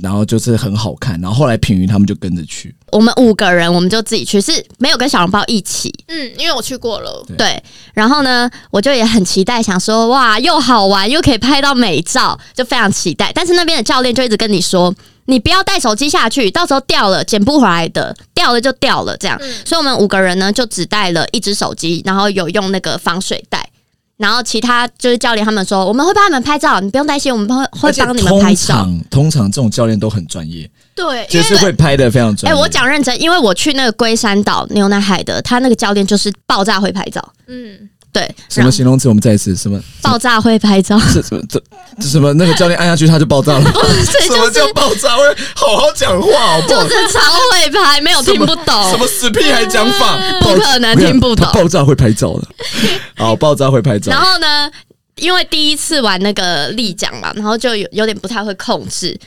[SPEAKER 3] 然后就是很好看。然后后来品瑜他们就跟着去，
[SPEAKER 1] 我们五个人我们就自己去，是没有跟小笼包一起。
[SPEAKER 2] 嗯，因为我去过了。
[SPEAKER 3] 对
[SPEAKER 1] 对，然后呢，我就也很期待，想说哇，又好玩又可以拍到美照，就非常期待。但是那边的教练就一直跟你说，你不要带手机下去，到时候掉了捡不回来的，掉了就掉了这样。
[SPEAKER 3] 嗯
[SPEAKER 1] 所以我们五个人呢，就只带了一只手机，然后有用那个防水袋。然后其他就是教练他们说，我们会帮你们拍照，你不用担心，我们会会
[SPEAKER 3] 而且
[SPEAKER 1] 帮你们拍
[SPEAKER 3] 通
[SPEAKER 1] 照。
[SPEAKER 3] 常通常这种教练都很专业，
[SPEAKER 2] 对，因
[SPEAKER 3] 就
[SPEAKER 2] 为
[SPEAKER 3] 是会拍的非常
[SPEAKER 1] 哎、
[SPEAKER 3] 专业。
[SPEAKER 1] 我讲认真，因为我去那个龟山岛牛奶海的，他那个教练就是爆炸会拍照，
[SPEAKER 2] 嗯，
[SPEAKER 1] 对，
[SPEAKER 3] 什么形容词？我们再一次，什么
[SPEAKER 1] 爆炸会拍照，
[SPEAKER 3] 这 什么这这什么？那个教练按下去他就爆炸了， 什么叫爆炸？我好好讲话好不好？
[SPEAKER 1] 是超会拍，没有听不
[SPEAKER 3] 什
[SPEAKER 1] 懂。
[SPEAKER 3] 么死屁孩讲法，
[SPEAKER 1] 哦不可能听不懂
[SPEAKER 3] 他爆炸会拍照 的，好，爆炸会拍照
[SPEAKER 1] 然。后呢，因为第一次玩那个立桨嘛，然后就有有点不太会控制，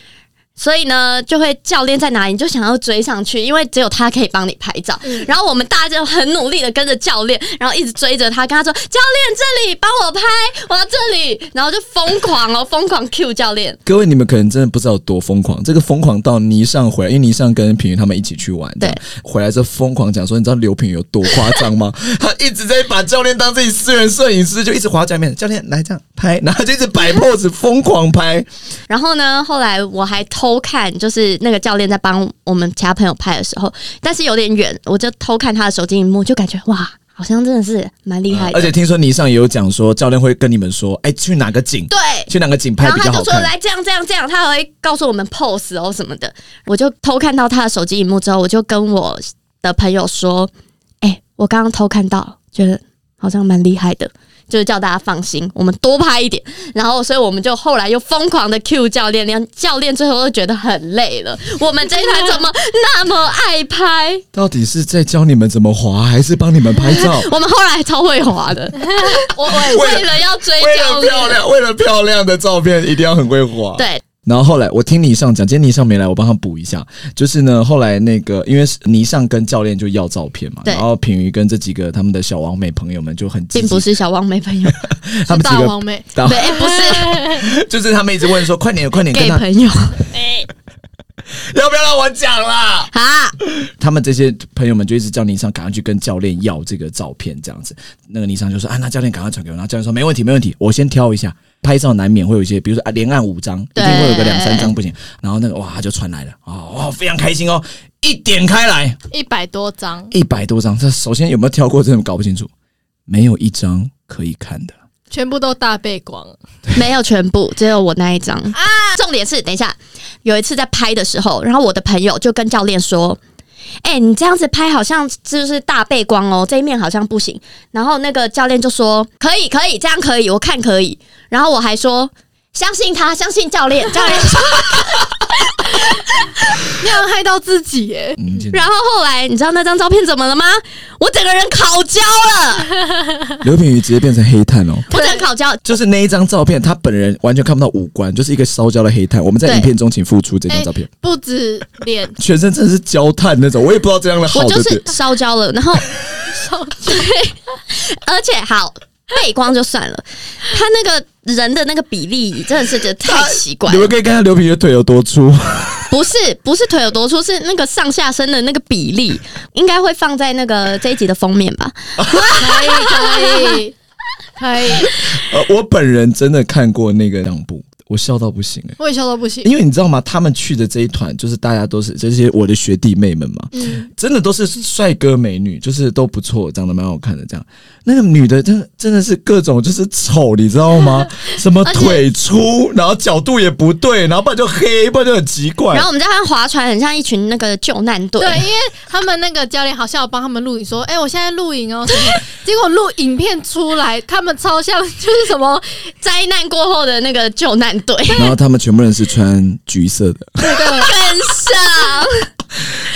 [SPEAKER 1] 所以呢，就会教练在哪里，你就想要追上去，因为只有他可以帮你拍照。然后我们大家就很努力的跟着教练，然后一直追着他，跟他说：“教练，这里帮我拍，我要这里。”然后就疯狂哦，疯狂 Q 教练。
[SPEAKER 3] 各位，你们可能真的不知道有多疯狂，这个疯狂到倪尚回来，因为倪尚跟品瑜他们一起去玩，
[SPEAKER 1] 对
[SPEAKER 3] 这样，回来之后疯狂讲说，你知道刘品瑜有多夸张吗？ 他一直在把教练当自己私人摄影师，就一直滑下面，教练来这样拍， 然后他就一直摆 pose，疯狂拍。
[SPEAKER 1] 然后呢，后来我还偷看，就是那个教练在帮我们其他朋友拍的时候，但是有点远，我就偷看他的手机荧幕，就感觉哇，好像真的是蛮厉害的。
[SPEAKER 3] 而且听说倪尚也有讲说，教练会跟你们说，哎，去哪个景，
[SPEAKER 1] 对，
[SPEAKER 3] 去哪个景拍
[SPEAKER 1] 然后他
[SPEAKER 3] 比较
[SPEAKER 1] 就
[SPEAKER 3] 好
[SPEAKER 1] 说
[SPEAKER 3] 看。
[SPEAKER 1] 来这样这样这样，他还会告诉我们 pose 哦什么的。我就偷看到他的手机荧幕之后，我就跟我的朋友说：“哎、我刚刚偷看到，觉得好像蛮厉害的。”就是叫大家放心，我们多拍一点。然后，所以我们就后来又疯狂的 Q 教练，连教练最后都觉得很累了。我们这一台怎么那么爱拍？
[SPEAKER 3] 到底是在教你们怎么滑，还是帮你们拍 照？
[SPEAKER 1] 我们后来超会滑 的，我我
[SPEAKER 3] 为了
[SPEAKER 1] 为了要追
[SPEAKER 3] 为
[SPEAKER 1] 教
[SPEAKER 3] 了
[SPEAKER 1] 练，
[SPEAKER 3] 漂亮，为了漂亮的照片，一定要很会滑。。
[SPEAKER 1] 对
[SPEAKER 3] 然后后来我听倪尚讲，今天倪尚没来，我帮他补一下。就是呢，后来那个因为倪尚跟教练就要照片嘛，
[SPEAKER 1] 对
[SPEAKER 3] 然后品瑜跟这几个他们的小王美朋友们就很积
[SPEAKER 1] 并
[SPEAKER 3] 极，
[SPEAKER 1] 不是小王没朋友，
[SPEAKER 3] 他们几
[SPEAKER 2] 大
[SPEAKER 3] 个
[SPEAKER 2] 王妹，
[SPEAKER 3] 然后
[SPEAKER 1] 对，哎不是
[SPEAKER 3] 就是他们一直问说，快点快点跟
[SPEAKER 1] gay
[SPEAKER 3] 他，
[SPEAKER 1] 朋友
[SPEAKER 3] 要不要让我讲啦？
[SPEAKER 1] 啊。
[SPEAKER 3] 他们这些朋友们就一直叫倪尚赶快去跟教练要这个照片，这样子。那个倪尚就说啊，那教练赶快传给我。然后教练说没问题没问题，我先挑一下。拍照难免会有一些，比如说啊，连按五张，一
[SPEAKER 1] 对
[SPEAKER 3] 定会有个两三张不行。然后那个哇，它就传来了，哦，哇，非常开心哦！一点开来，
[SPEAKER 2] 一百多张，
[SPEAKER 3] 一百多张，这首先有没有跳过，真的搞不清楚，没有一张可以看的。
[SPEAKER 2] 全部都大背 光，
[SPEAKER 1] 没有全部，只有我那一张。啊，重点是，等一下有一次在拍的时候，然后我的朋友就跟教练说：“哎、你这样子拍好像就是大背光哦，这一面好像不行。”然后那个教练就说：“可以，可以，这样可以，我看可以。”然后我还说。相信他，相信教练，教练 说。
[SPEAKER 2] 你好像害到自己
[SPEAKER 1] 哎
[SPEAKER 2] 耶！
[SPEAKER 3] 嗯，真的
[SPEAKER 1] 然后后来，你知道那张照片怎么了吗？我整个人烤焦了，
[SPEAKER 3] 刘品瑜直接变成黑炭哦。
[SPEAKER 1] 我整个烤焦。
[SPEAKER 3] 就是那一张照片，他本人完全看不到五官，就是一个烧焦的黑炭。我们在
[SPEAKER 1] 对哎
[SPEAKER 3] 影片中请付出这张照片，
[SPEAKER 2] 不止脸
[SPEAKER 3] 全身真的是焦炭那种，我也不知道这样的好
[SPEAKER 1] 我
[SPEAKER 3] 的
[SPEAKER 1] 就
[SPEAKER 3] 对
[SPEAKER 1] 是。烧焦了， 然后
[SPEAKER 2] 烧
[SPEAKER 1] 而且好背光就算了，他那个人的那个比例真的是觉得太奇怪
[SPEAKER 3] 你
[SPEAKER 1] 了
[SPEAKER 3] 们，可以看看刘品瑜的腿有多粗，
[SPEAKER 1] 不是不是腿有多粗，是那个上下身的那个比例，应该会放在那个这一集的封面吧？
[SPEAKER 3] 嗯
[SPEAKER 2] 可以可以可以，
[SPEAKER 3] 呃，我本人真的看过那个让步，我笑到不行哎、
[SPEAKER 2] 我也笑到不行。
[SPEAKER 3] 因为你知道吗？他们去的这一团，就是大家都是这些我的学弟妹们嘛，
[SPEAKER 1] 嗯
[SPEAKER 3] 真的都是帅哥美女，就是都不错，长得蛮好看的。这样，那个女的真的真的是各种就是丑，你知道 吗？什么
[SPEAKER 1] 而且
[SPEAKER 3] 腿粗，然后角度也不对，然后不然就黑，不然就很奇怪。
[SPEAKER 1] 然后我们在看划船，很像一群那个救难队，
[SPEAKER 2] 对，因为他们那个教练好像有帮他们录影，说：“哎、我现在录影哦。什么”结果录影片出来，他们超像就是什么，
[SPEAKER 1] 灾难过后的那个救难 队，
[SPEAKER 3] 然后他们全部人是穿橘 色的，
[SPEAKER 2] 对对，
[SPEAKER 1] 更像。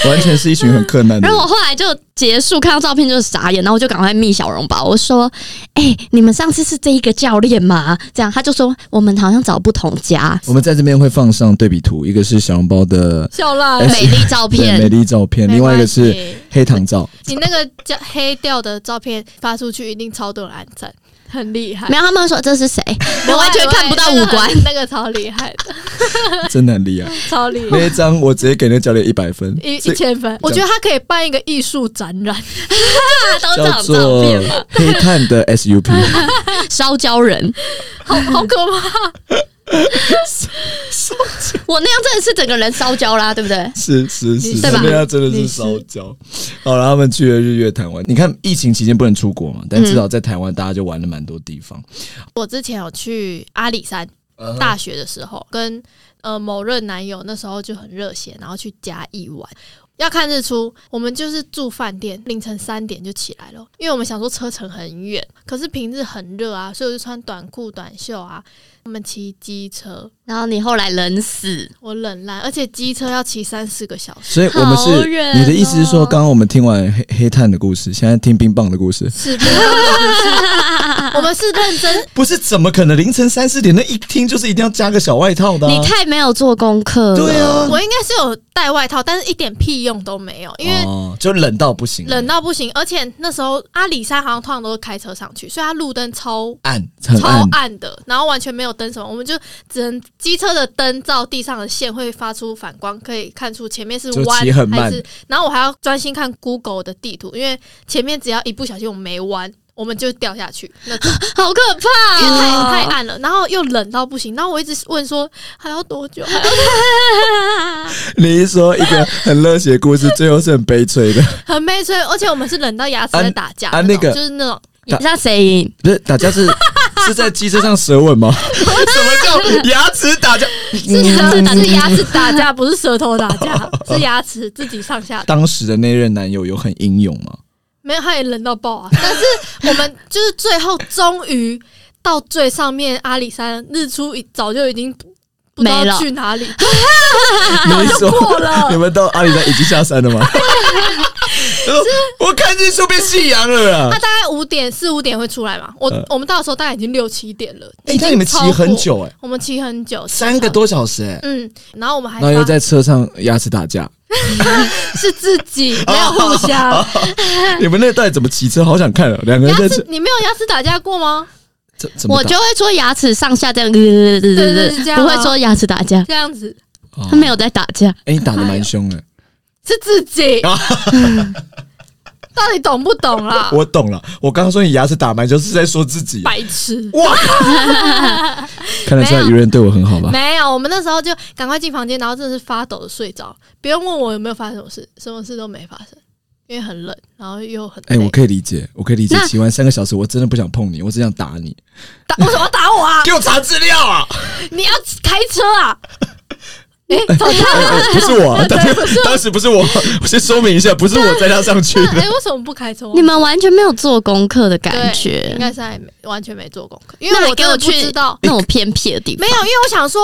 [SPEAKER 3] 完全是一群很困难的
[SPEAKER 1] 然
[SPEAKER 3] 人
[SPEAKER 1] 后。我后来就结束看到照片就傻眼，然后我就赶快密小笼包，我说：“哎、你们上次是这一个教练吗？”这样他就说我们好像找不同 家，
[SPEAKER 3] 我们在这边会放上对比图，一个是小笼包的
[SPEAKER 2] 笑烂
[SPEAKER 3] 哎
[SPEAKER 2] 了。
[SPEAKER 1] 美丽照
[SPEAKER 3] 对美
[SPEAKER 1] 片。
[SPEAKER 3] 丽照片，
[SPEAKER 2] 没
[SPEAKER 3] 另外一个
[SPEAKER 2] 关系
[SPEAKER 3] 是黑糖照。
[SPEAKER 2] 你那个叫黑掉的照片发出去，一定超多人按赞，很厉害
[SPEAKER 1] 没。有，他们说这是谁？我完全看不到五官
[SPEAKER 2] 那。个很那个超厉害的，
[SPEAKER 3] 真的很厉害。
[SPEAKER 2] 超厉害。
[SPEAKER 3] 那一张我直接给那教练一百分，
[SPEAKER 2] 一
[SPEAKER 3] 这
[SPEAKER 2] 一千分，我觉得他可以办一个艺术展览，
[SPEAKER 1] 大家都
[SPEAKER 3] 叫
[SPEAKER 1] 长
[SPEAKER 3] 做
[SPEAKER 1] 照片嘛，
[SPEAKER 3] 黑炭的 SUP，
[SPEAKER 1] 烧焦人。
[SPEAKER 2] 好好可怕！
[SPEAKER 1] 我那样真的是整个人烧焦啦，对不对？
[SPEAKER 3] 是是是，
[SPEAKER 2] 你
[SPEAKER 1] 对吧
[SPEAKER 3] 那样真的是烧焦。好了，他们去了日月潭玩。你看，疫情期间不能出国嘛，但至少在台湾大家就玩了蛮多地方。
[SPEAKER 2] 我之前有去阿里山，大学的时候，跟呃某任男友那时候就很热血，然后去嘉义玩。要看日出，我们就是住饭店，凌晨三点就起来了，因为我们想说车程很远，可是平日很热啊，所以我就穿短裤、短袖啊。我们骑机车，
[SPEAKER 1] 然后你后来冷死，
[SPEAKER 2] 我冷烂，而且机车要骑三四个 小时，
[SPEAKER 3] 所以我们
[SPEAKER 1] 好
[SPEAKER 3] 是
[SPEAKER 1] 远哦
[SPEAKER 3] 你的意思是说，刚刚我们听完黑黑炭的故事，现在听冰棒的故事，
[SPEAKER 2] 是不是？我们是认真，
[SPEAKER 3] 不是怎么可能凌晨三四点那一听就是一定要加个小外套的、啊？
[SPEAKER 1] 你太没有做功课了。
[SPEAKER 3] 对啊，
[SPEAKER 2] 我应该是有带外套，但是一点屁用都没有，因为
[SPEAKER 3] 哦、就冷到不行，
[SPEAKER 2] 冷到不行，而且那时候阿里山好像通常都是开车上去，所以它路灯超
[SPEAKER 3] 暗，很
[SPEAKER 2] 超暗的，然后完全没有灯什么，我们就只能机车的灯照地上的线会发出反光，可以看出前面是
[SPEAKER 3] 就
[SPEAKER 2] 弯
[SPEAKER 3] 骑很慢
[SPEAKER 2] 还是。然后我还要专心看 Google 的地图，因为前面只要一不小心我没弯，我们就掉下去，那种
[SPEAKER 1] 好可怕、
[SPEAKER 2] 因为太
[SPEAKER 1] 哦！
[SPEAKER 2] 太暗了，然后又冷到不行，然后我一直问说还要多久，还要多久
[SPEAKER 3] 你是说一个很热血故事，最后是很悲催的？
[SPEAKER 2] 很悲催，而且我们是冷到牙齿在
[SPEAKER 3] 啊
[SPEAKER 2] 打架
[SPEAKER 3] 啊
[SPEAKER 2] 种
[SPEAKER 3] 那个
[SPEAKER 2] 就是那种
[SPEAKER 1] 你知道谁赢？
[SPEAKER 3] 不是打架是 是在机车上舌吻 吗？什么叫牙齿打架？
[SPEAKER 2] 是牙齿打是
[SPEAKER 3] 嗯
[SPEAKER 2] 牙齿打架，不是舌头打 架，是牙齿自己上下打。
[SPEAKER 3] 当时的那任男友有很英勇 吗？
[SPEAKER 2] 没有，他也冷到爆啊！ 但是我们就是最后终于到最上面阿里山，日出已早就已经不知
[SPEAKER 1] 没了
[SPEAKER 2] 道 去哪里，
[SPEAKER 3] 你说
[SPEAKER 2] 过了
[SPEAKER 3] 你们到阿里山已经下山了 吗？他说我看日出变夕阳了啊啦
[SPEAKER 2] 他！大概五点四五点会出来嘛。我、
[SPEAKER 3] 嗯
[SPEAKER 2] 我们到的时候大概已经六七点了，
[SPEAKER 3] 哎、
[SPEAKER 2] 已经
[SPEAKER 3] 那你们骑
[SPEAKER 2] 超过
[SPEAKER 3] 很，久哎、
[SPEAKER 2] 我们骑很久，
[SPEAKER 3] 三个多小时哎、
[SPEAKER 2] 嗯，然后我们还
[SPEAKER 3] 然后又
[SPEAKER 2] 发
[SPEAKER 3] 在车上牙齿打架，
[SPEAKER 2] 是自 己没有互
[SPEAKER 3] 哦
[SPEAKER 2] 相，
[SPEAKER 3] 你们那到底怎么骑车？好想看哦，两个人
[SPEAKER 2] 嗯牙
[SPEAKER 3] 在
[SPEAKER 2] 齿
[SPEAKER 3] 这
[SPEAKER 2] 你没有牙齿打架过吗？
[SPEAKER 3] 这怎么
[SPEAKER 1] 我
[SPEAKER 3] 打
[SPEAKER 1] 就会说牙齿上下这样，呃对对
[SPEAKER 2] 对对是这样啊
[SPEAKER 1] 不会说牙齿打架，
[SPEAKER 2] 这样子
[SPEAKER 3] 哦
[SPEAKER 1] 他没有在打架。
[SPEAKER 3] 哎、你打的蛮凶的。
[SPEAKER 2] 是自己， 到底懂不懂啊啦？
[SPEAKER 3] 啊我懂了，我刚刚说你牙齿打蛮就是在说自己。
[SPEAKER 2] 白痴，
[SPEAKER 3] 哇！ 看得出来
[SPEAKER 2] 没有
[SPEAKER 3] 愚人对我很好吧？
[SPEAKER 2] 没有，我们那时候就赶快进房间，然后真的是发抖的睡着。不用问我有没有发生什么事，什么事都没发生，因为很冷，然后又很
[SPEAKER 3] 哎、
[SPEAKER 2] 累。
[SPEAKER 3] 我可以理解，我可以理解
[SPEAKER 1] 那。
[SPEAKER 3] 骑完三个小时，我真的不想碰你，我只想打你。
[SPEAKER 2] 打为什么要打我啊？
[SPEAKER 3] 给我查资料啊！
[SPEAKER 2] 你要开车 啊？哎、吵架
[SPEAKER 3] 哎
[SPEAKER 2] 了？
[SPEAKER 3] 哎不是我，
[SPEAKER 2] 啊
[SPEAKER 3] 当当时不是我，我先说明一下，不是我载他上去
[SPEAKER 2] 哎、
[SPEAKER 3] 的。
[SPEAKER 2] 为什么不开车？
[SPEAKER 1] 你们完全没有做功课的感
[SPEAKER 2] 对
[SPEAKER 1] 觉
[SPEAKER 2] 应。该是还没完全没做功课，因
[SPEAKER 1] 那
[SPEAKER 2] 为
[SPEAKER 1] 还
[SPEAKER 2] 我
[SPEAKER 1] 给
[SPEAKER 2] 真
[SPEAKER 1] 我
[SPEAKER 2] 的不
[SPEAKER 1] 去
[SPEAKER 2] 知道。
[SPEAKER 1] 那种偏僻的地方
[SPEAKER 2] 没，有，因为我想说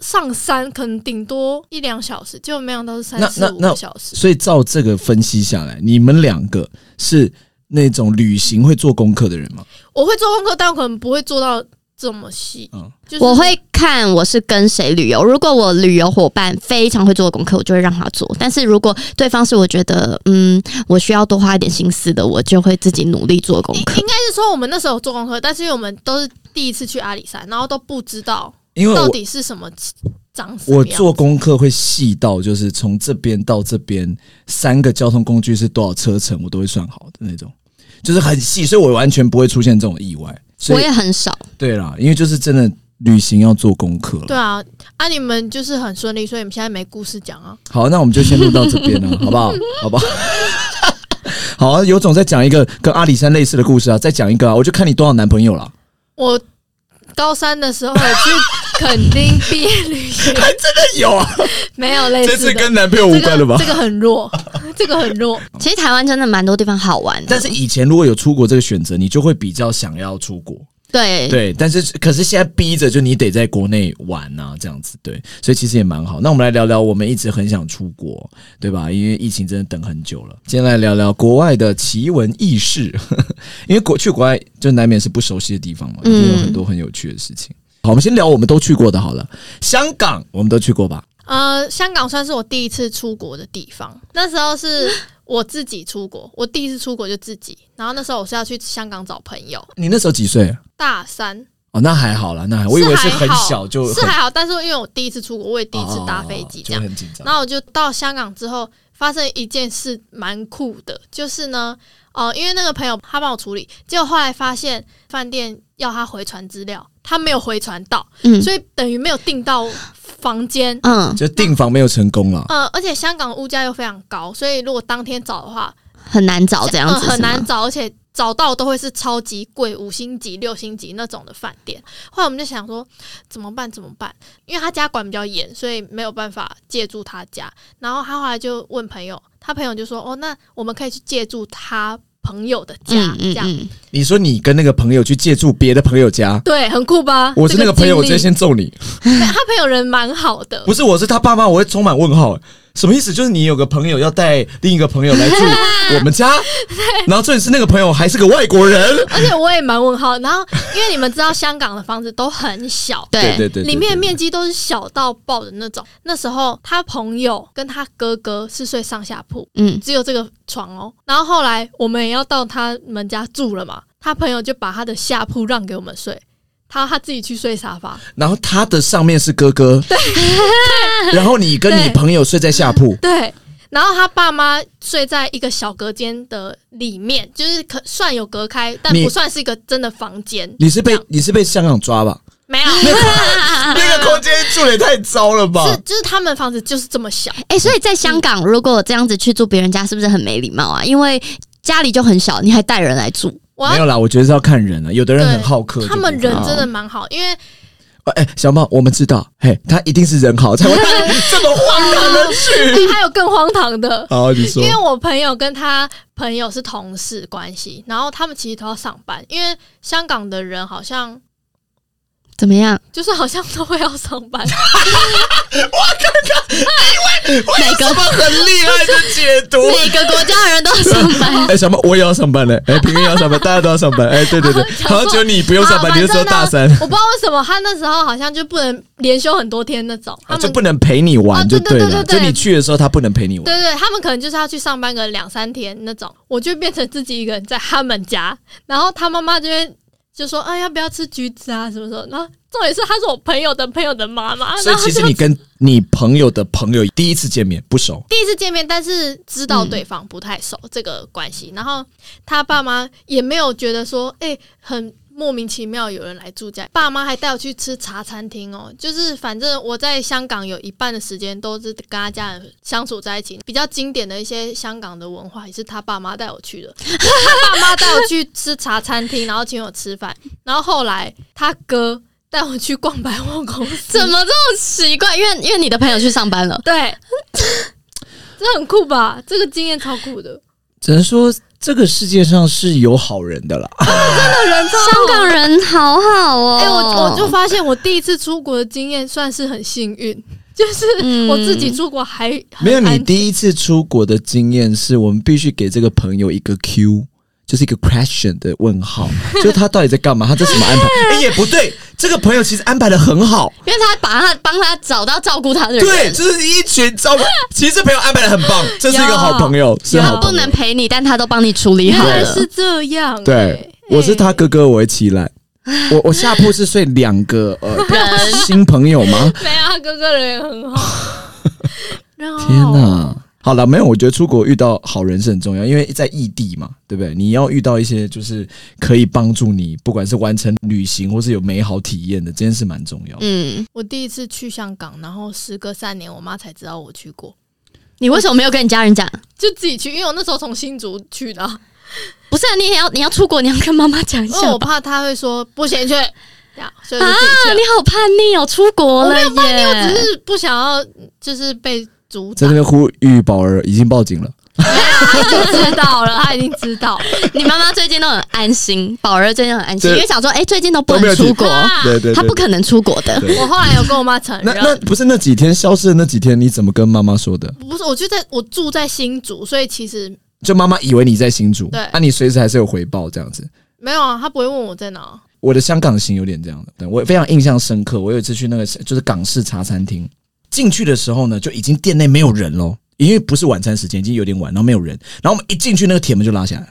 [SPEAKER 2] 上山可能顶多一两小时，结果没想到是三
[SPEAKER 3] 那
[SPEAKER 2] 四
[SPEAKER 3] 那
[SPEAKER 2] 五
[SPEAKER 3] 那
[SPEAKER 2] 个小时。
[SPEAKER 3] 所以照这个分析下来，你们两个是那种旅行会做功课的人吗？
[SPEAKER 2] 我会做功课，但我可能不会做到这么细。
[SPEAKER 3] 嗯，
[SPEAKER 2] 就是
[SPEAKER 1] 我会看我是跟谁旅游。如果我旅游伙伴非常会做功课，我就会让他做；但是如果对方是我觉得嗯，我需要多花一点心思的，我就会自己努力做功课。
[SPEAKER 2] 应该是说我们那时候有做功课，但是因为我们都是第一次去阿里山，然后都不知道
[SPEAKER 3] 因为嗯
[SPEAKER 2] 到
[SPEAKER 3] 我
[SPEAKER 2] 底是什么长什么
[SPEAKER 3] 我
[SPEAKER 2] 样
[SPEAKER 3] 做功课会细到，就是从这边到这边三个交通工具是多少车程，我都会算好的那种，就是很细，所以我完全不会出现这种意外。所
[SPEAKER 1] 我
[SPEAKER 3] 以
[SPEAKER 1] 也很少，
[SPEAKER 3] 对啦，因为就是真的旅行要做功课了。
[SPEAKER 2] 对啊，啊你们就是很顺利，所以你们现在没故事讲啊。
[SPEAKER 3] 好，那我们就先录到这边了，好 不好？好不好？好啊，有种再讲一个跟阿里山类似的故事啊，再讲一个啊，我就看你多少男朋友了，
[SPEAKER 2] 我高三的时候有去垦丁毕业 旅行，
[SPEAKER 3] 还真的有 啊，
[SPEAKER 2] 没 有类似的。
[SPEAKER 3] 男朋友
[SPEAKER 2] 这个这个很弱，这个很弱。
[SPEAKER 1] 其实台湾真的蛮多地方好玩的，
[SPEAKER 3] 但是以前如果有出国这个选择，你就会比较想要出国，
[SPEAKER 1] 对
[SPEAKER 3] 对。但是可是现在逼着，就你得在国内玩啊，这样子，对。所以其实也蛮好。那我们来聊聊，我们一直很想出国，对吧？因为疫情真的等很久了。今天来聊聊国外的奇闻异事，因为国去国外就难免是不熟悉的地方嘛，就
[SPEAKER 1] 嗯
[SPEAKER 3] 有很多很有趣的事情。好，我们先聊我们都去过的好了。香港我们都去过吧？
[SPEAKER 2] 呃，香港算是我第一次出国的地方。那时候是我自己出国，我第一次出国就自己。然后那时候我是要去香港找朋友，
[SPEAKER 3] 你那时候几岁？
[SPEAKER 2] 大三。
[SPEAKER 3] 哦，那还好啦，那还我以为是很小就很哦
[SPEAKER 2] 是还好，但是因为我第一次出国，我也第一次搭飞机这
[SPEAKER 3] 哦
[SPEAKER 2] 样
[SPEAKER 3] 就。很紧张。
[SPEAKER 2] 然后我就到香港之后，发生一件事蛮酷的，就是呢，哦、因为那个朋友他帮我处理，结果后来发现饭店要他回传资料，他没有回传到，
[SPEAKER 1] 嗯
[SPEAKER 2] 所以等于没有订到房间。
[SPEAKER 1] 嗯，
[SPEAKER 3] 就订房没有成功了，
[SPEAKER 2] 呃，而且香港物价又非常高，所以如果当天找的话，
[SPEAKER 1] 很难找哦这样
[SPEAKER 2] 呃
[SPEAKER 1] 子、
[SPEAKER 2] 很
[SPEAKER 1] 是
[SPEAKER 2] 难
[SPEAKER 1] 吗。
[SPEAKER 2] 找，而且找到都会是超级贵，五星级、六星级那种的饭店。后来我们就想说怎么办？怎么办？因为他家管比较严，所以没有办法借住他家。然后他后来就问朋友，他朋友就说：“哦，那我们可以去借住他朋友的家，
[SPEAKER 1] 嗯嗯
[SPEAKER 2] 这样、
[SPEAKER 1] 嗯，
[SPEAKER 3] 你说你跟那个朋友去借住别的朋友家，
[SPEAKER 2] 对，很酷吧？”
[SPEAKER 3] 我是那个朋友，我直
[SPEAKER 2] 啊这
[SPEAKER 3] 接
[SPEAKER 2] 经
[SPEAKER 3] 先
[SPEAKER 2] 历
[SPEAKER 3] 揍你。
[SPEAKER 2] 他朋友人蛮好的
[SPEAKER 3] 不，是，我是他爸妈，我会充满问号。什么意思？就是你有个朋友要带另一个朋友来 住我们家，然后重点是那个朋友还是个外国人。
[SPEAKER 2] 而且我也蛮问号。然后因为你们知道香港的房子都很小，
[SPEAKER 1] 对
[SPEAKER 3] 对对，
[SPEAKER 2] 里面的面
[SPEAKER 3] 积
[SPEAKER 2] 积都是小到爆的那种。那时候他朋友跟他哥哥是睡上下铺，
[SPEAKER 1] 嗯，
[SPEAKER 2] 只有这个床哦。然后后来我们也要到他们家住了嘛，他朋友就把他的下铺让给我们睡，他他自己去睡沙发。
[SPEAKER 3] 然后他的上面是哥哥，然后你跟你
[SPEAKER 2] 对
[SPEAKER 3] 朋友睡在下铺，
[SPEAKER 2] 对，然后他爸妈睡在一个小隔间的里面，就是可算有隔开，但
[SPEAKER 3] 你
[SPEAKER 2] 不算是一个真的房间，
[SPEAKER 3] 你是被你是被香港抓 吧？
[SPEAKER 2] 没有。
[SPEAKER 3] 那个空间住的也太糟了吧
[SPEAKER 2] 是，就是他们房子就是这么小，
[SPEAKER 1] 哎、所以在香港，如果这样子去住别人家，是不是很没礼貌啊？因为家里就很小，你还带人来住，
[SPEAKER 2] 我
[SPEAKER 3] 没
[SPEAKER 2] 要
[SPEAKER 3] 有啦，我觉得是要看人啊，有的人很
[SPEAKER 2] 对
[SPEAKER 3] 好客就不哦
[SPEAKER 2] 他
[SPEAKER 3] 会，
[SPEAKER 2] 们人真的蛮好，因为
[SPEAKER 3] 哎、小猫，我们知道，嘿，他一定是人好才会带你这么荒唐的去。
[SPEAKER 2] 还有更荒 唐的，
[SPEAKER 3] 好，啊你说
[SPEAKER 2] 因为我朋友跟他朋友是同事关系，然后他们其实都要上班，因为香港的人好像
[SPEAKER 1] 怎么样？
[SPEAKER 2] 就是好像都会要上班，
[SPEAKER 3] 每个很厉害的解读。
[SPEAKER 1] 每个国家的人都上班，
[SPEAKER 3] 哎、小猫，我也要上班嘞！哎、平平也要上班，大家都要上班。哎、对对对，
[SPEAKER 2] 讲
[SPEAKER 3] 好像只有 你不用上班，
[SPEAKER 2] 好
[SPEAKER 3] 你是说
[SPEAKER 2] 啊反正
[SPEAKER 3] 大
[SPEAKER 2] 呢
[SPEAKER 3] 三
[SPEAKER 2] 我不知道为什么他那时候好像就不能连休很多天那种，他
[SPEAKER 3] 啊
[SPEAKER 2] 们
[SPEAKER 3] 就不能陪你玩
[SPEAKER 2] 啊
[SPEAKER 3] 就
[SPEAKER 2] 对对对
[SPEAKER 3] 了。
[SPEAKER 2] 对对
[SPEAKER 3] 就你去的时候，他不能陪你玩。
[SPEAKER 2] 对对，他们可能就是要去上班个两三天那种，我就变成自己一个人在他们家，然后他妈妈就会就说：“哎，要不要吃橘子啊？什么什么？”然后重点是她是我朋友的朋友的妈妈，
[SPEAKER 3] 所以
[SPEAKER 2] 然后
[SPEAKER 3] 其实
[SPEAKER 2] 就
[SPEAKER 3] 你跟你朋友的朋友第一次见面不熟，
[SPEAKER 2] 第一次见面，但是知道对方不太熟、这个关系，然后他爸妈也没有觉得说，哎、很莫名其妙有人来住家，爸妈还带我去吃茶餐厅哦。就是反正我在香港有一半的时间都是跟他家人相处在一起，比较经典的一些香港的文化也是他爸妈带我去的。他爸妈带我去吃茶餐厅，然后请我吃饭，然后后来他哥带我去逛百货公司，
[SPEAKER 1] 怎么这么奇怪？因为因为你的朋友去上班了，
[SPEAKER 2] 对， 这很酷吧？这个经验超酷的。
[SPEAKER 3] 只能说这个世界上是有好人的啦。
[SPEAKER 1] 香港人好好哦。
[SPEAKER 2] 哎、我我就发现我第一次出国的经验算是很幸运， 就是
[SPEAKER 1] 嗯
[SPEAKER 2] 我自己出国还、很
[SPEAKER 3] 没有，你
[SPEAKER 2] 安
[SPEAKER 3] 第一次出国的经验是我们必须给这个朋友一个 Q，就是一个 question 的问 号，就是他到底在干嘛？他这怎么安排？哎、也不对，这个朋友其实安排的很好，
[SPEAKER 1] 因为他把他帮他找到照顾他的人，
[SPEAKER 3] 对，就是一群照顾。其实这朋友安排的很棒，这是一个好朋友，是好
[SPEAKER 1] 他
[SPEAKER 3] 朋
[SPEAKER 1] 不
[SPEAKER 3] 友
[SPEAKER 1] 能。陪你，但他都帮你处理
[SPEAKER 2] 原
[SPEAKER 1] 好
[SPEAKER 2] 来
[SPEAKER 1] 了。
[SPEAKER 2] 是这样、
[SPEAKER 3] 对，
[SPEAKER 2] 哎
[SPEAKER 3] 我是他哥哥，我会起来。我我下铺是睡两个呃新朋友吗？
[SPEAKER 2] 没有他哥哥人也很好。然后
[SPEAKER 3] 天哪！好了，没有，我觉得出国遇到好人是很重要，因为在异地嘛，对不对？你要遇到一些就是可以帮助你，不管是完成旅行或是有美好体验的，这件事蛮重要的。
[SPEAKER 1] 嗯，
[SPEAKER 2] 我第一次去香港，然后时隔三年，我妈才知道我去过，
[SPEAKER 1] 你为什么没有跟你家人讲？
[SPEAKER 2] 就自己去，因为我那时候从新竹去的啊，
[SPEAKER 1] 不是、啊，你也要你要出国，你要跟妈妈讲一
[SPEAKER 2] 因
[SPEAKER 1] 下
[SPEAKER 2] 为我
[SPEAKER 1] 吧。
[SPEAKER 2] 怕她会说不行去，这样所以我
[SPEAKER 1] 啊
[SPEAKER 2] 就自己去了。，哎
[SPEAKER 1] 你好叛逆哦，出国了耶！
[SPEAKER 2] 我只是不想要，就是被阻
[SPEAKER 3] 在
[SPEAKER 2] 挡
[SPEAKER 3] 那。边呼吁宝儿已经报警 了，
[SPEAKER 2] 他就知道了，他已经知道。
[SPEAKER 1] 你妈妈最近都很安心，宝儿最近很安心，
[SPEAKER 3] 对
[SPEAKER 1] 因为想说，哎、最近都不
[SPEAKER 3] 都没有
[SPEAKER 1] 能出
[SPEAKER 3] 提
[SPEAKER 1] 国，
[SPEAKER 2] 啊
[SPEAKER 3] 对对
[SPEAKER 1] 她不
[SPEAKER 3] 对。
[SPEAKER 1] 可能出国的。
[SPEAKER 3] 对
[SPEAKER 2] 我后来有跟我妈承
[SPEAKER 3] 那
[SPEAKER 2] 认，
[SPEAKER 3] 那不是那几天消失的那几天，你怎么跟妈妈说的？
[SPEAKER 2] 不是，我就在我住在新竹，所以其实
[SPEAKER 3] 就妈妈以为你在新竹，
[SPEAKER 2] 对
[SPEAKER 3] 啊，你随时还是有回报这样子。
[SPEAKER 2] 没有啊，他不会问我在哪。
[SPEAKER 3] 我的香港行有点这样的，对我非常印象深刻。我有一次去那个就是港式茶餐厅，进去的时候呢，就已经店内没有人喽，因为不是晚餐时间，已经有点晚，然后没有人，然后我们一进去那个铁门就拉下来了。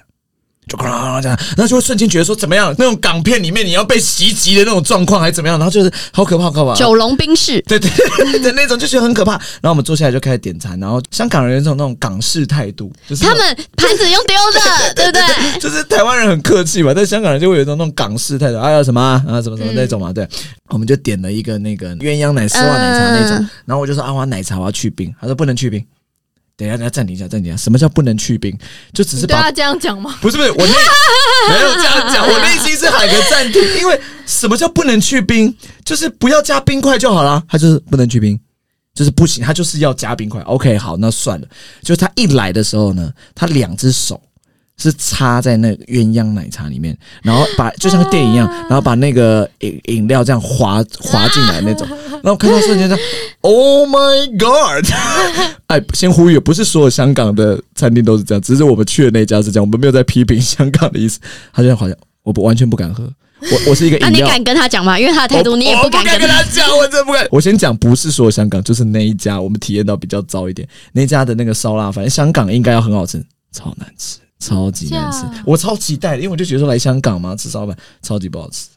[SPEAKER 3] 就哐哐哐这样，然后就会瞬间觉得说怎么样？那种港片里面你要被袭击的那种状况还怎么样？然后就是好可怕，好可怕。
[SPEAKER 1] 九龙冰室，
[SPEAKER 3] 对对对对，那种就觉得很可怕。然后我们坐下来就开始点餐，然后香港人有一种那种港式态度，就是那
[SPEAKER 1] 他
[SPEAKER 3] 种
[SPEAKER 1] 们盘子用丢 的，对不对？
[SPEAKER 3] 就是台湾人很客气嘛，但香港人就会有一种那种港式态度，哎呀什么啊啊什么什么那种嘛，对，我们就点了一个那个鸳鸯奶丝啊袜奶茶那种，
[SPEAKER 1] 嗯
[SPEAKER 3] 然后我就说啊我要奶茶我要去冰，他说不能去冰，等一下等一下暂停一下暂停一下，什么叫不能去冰？就只
[SPEAKER 2] 你
[SPEAKER 3] 是
[SPEAKER 2] 对啊
[SPEAKER 3] 把
[SPEAKER 2] 他这样讲吗？
[SPEAKER 3] 不是不是我内没有这样讲，我内心是喊个暂停，因为什么叫不能去冰？就是不要加冰块就好啦，他就是不能去冰。就是不行，他就是要加冰块。OK，好，那算了。就是他一来的时候呢，他两只手是插在那个鸳鸯奶茶里面，然后 把就像电影一样，
[SPEAKER 1] 啊
[SPEAKER 3] 然后把那个饮饮料这样滑 滑进来那种。然后我看到瞬间这样，Oh my God！哎，先呼吁，不是所有香港的餐厅都是这样，只是我们去的那家是这样，我们没有在批评香港的意思。他就好像我不完全不敢喝，我我是一个
[SPEAKER 1] 啊，
[SPEAKER 3] 饮
[SPEAKER 1] 你
[SPEAKER 3] 料。
[SPEAKER 1] 敢跟他讲吗？因为他的态度，你也
[SPEAKER 3] 我我
[SPEAKER 1] 敢
[SPEAKER 3] 敢
[SPEAKER 1] 跟
[SPEAKER 3] 他讲，我真的不敢。我先讲，不是说香港，就是那一家，我们体验到比较糟一点，那家的那个烧腊，反正香港应该要很好吃，超难吃，超级难吃
[SPEAKER 2] 真
[SPEAKER 1] 啊
[SPEAKER 2] 假，
[SPEAKER 3] 我超期待的，因为我就觉得说来香港嘛，吃烧腊超级不好吃，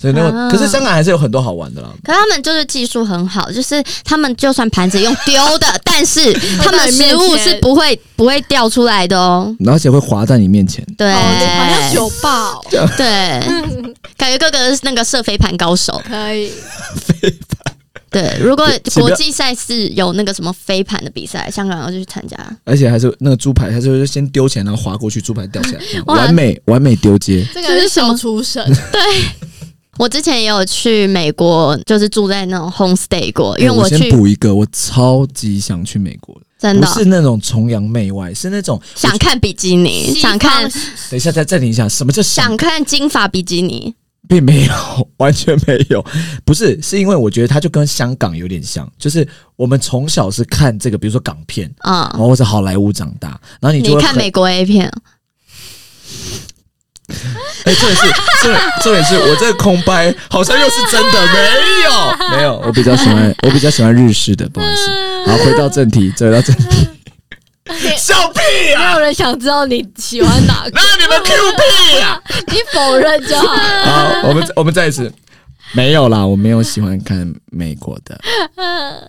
[SPEAKER 3] 所以那个、
[SPEAKER 1] 啊
[SPEAKER 3] 可是香港还是有很多好玩的啦。
[SPEAKER 1] 可是他们就是技术很好，就是他们就算盘子用丢 的，但是他们食物是不会不会掉出来的哦。
[SPEAKER 3] 而且会滑在你面前，
[SPEAKER 1] 对，
[SPEAKER 2] 哦好像酒吧哦，
[SPEAKER 1] 对，感觉哥哥是那个射飞盘高手。
[SPEAKER 2] 可以。
[SPEAKER 1] 对，如果
[SPEAKER 3] 请不
[SPEAKER 1] 国
[SPEAKER 3] 要
[SPEAKER 1] 际赛事有那个什么飞盘的比赛，香港要去参加。
[SPEAKER 3] 而且还是那个猪排，还是会先丢起来，然后滑过去，猪排掉下来，
[SPEAKER 1] 哇
[SPEAKER 3] 完美完美丢接。
[SPEAKER 2] 这个人是小厨神，
[SPEAKER 1] 我之前也有去美国，就是住在那种 homestay 过，因为
[SPEAKER 3] 哎我先
[SPEAKER 1] 去
[SPEAKER 3] 补一个，我超级想去美国的，
[SPEAKER 1] 真
[SPEAKER 3] 不
[SPEAKER 1] 的
[SPEAKER 3] 是那种崇洋媚外，是那种
[SPEAKER 1] 想看比基尼，
[SPEAKER 2] 西
[SPEAKER 1] 想
[SPEAKER 2] 方
[SPEAKER 1] 看
[SPEAKER 3] 等一下，再暂停一下，什么叫想
[SPEAKER 1] 想看金发比基尼。
[SPEAKER 3] 并没有，完全没有， 不是，是因为我觉得它就跟香港有点像，就是我们从小是看这个，比如说港片，然
[SPEAKER 1] 嗯，
[SPEAKER 3] 后或者好莱坞长大，然后你就
[SPEAKER 1] 你
[SPEAKER 3] 会
[SPEAKER 1] 看
[SPEAKER 3] 很
[SPEAKER 1] 美国 A 片，
[SPEAKER 3] 哎、重点是，重点重点是我这个空白好像又是真 的，没有，没有，我比较喜欢，我比较喜欢日式的，不好意思。
[SPEAKER 1] 嗯
[SPEAKER 3] 好，回到正题，回到正题，笑屁呀、
[SPEAKER 2] 没有人想知道你喜欢哪个，
[SPEAKER 3] 那你们 Q 屁呀、
[SPEAKER 2] 你否认就好。
[SPEAKER 3] 好，我们我们再一次。没有啦，我没有喜欢看美国的，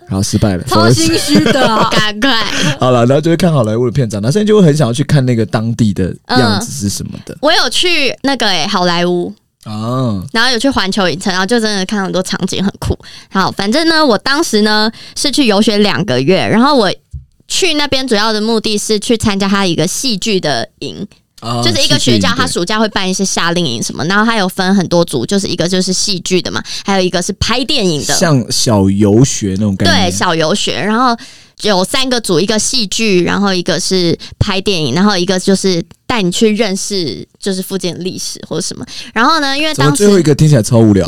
[SPEAKER 3] 然后失败了，
[SPEAKER 2] 超
[SPEAKER 3] 我
[SPEAKER 2] 心虚的啊！
[SPEAKER 1] 赶快！
[SPEAKER 3] 好了，然后就会看好莱坞的片啊长，那现在
[SPEAKER 1] 嗯
[SPEAKER 3] 就会很想要去看那个当地的样子是什么的。
[SPEAKER 1] 欸我有去那个诶、好莱坞，
[SPEAKER 3] 啊，
[SPEAKER 1] 然后有去环球影城，然后就真的看到很多场景很酷。好，反正呢，我当时呢是去游学两个月，然后我去那边主要的目的是去参加他一个戏剧的营，
[SPEAKER 3] 啊
[SPEAKER 1] 就是一个
[SPEAKER 3] 戏剧
[SPEAKER 1] 学校，他
[SPEAKER 3] 对
[SPEAKER 1] 暑假会办一些夏令营什么，然后他有分很多组，就是一个就是戏剧的嘛，还有一个是拍电影的，
[SPEAKER 3] 像小游学那种感
[SPEAKER 1] 对，
[SPEAKER 3] 觉，
[SPEAKER 1] 小游学，然后有三个组，一个戏剧，然后一个是拍电影，然后一个就是带你去认识就是附近的历史或者什么。然后呢，因为
[SPEAKER 3] 怎么
[SPEAKER 1] 当时
[SPEAKER 3] 最后一个听起来超无聊？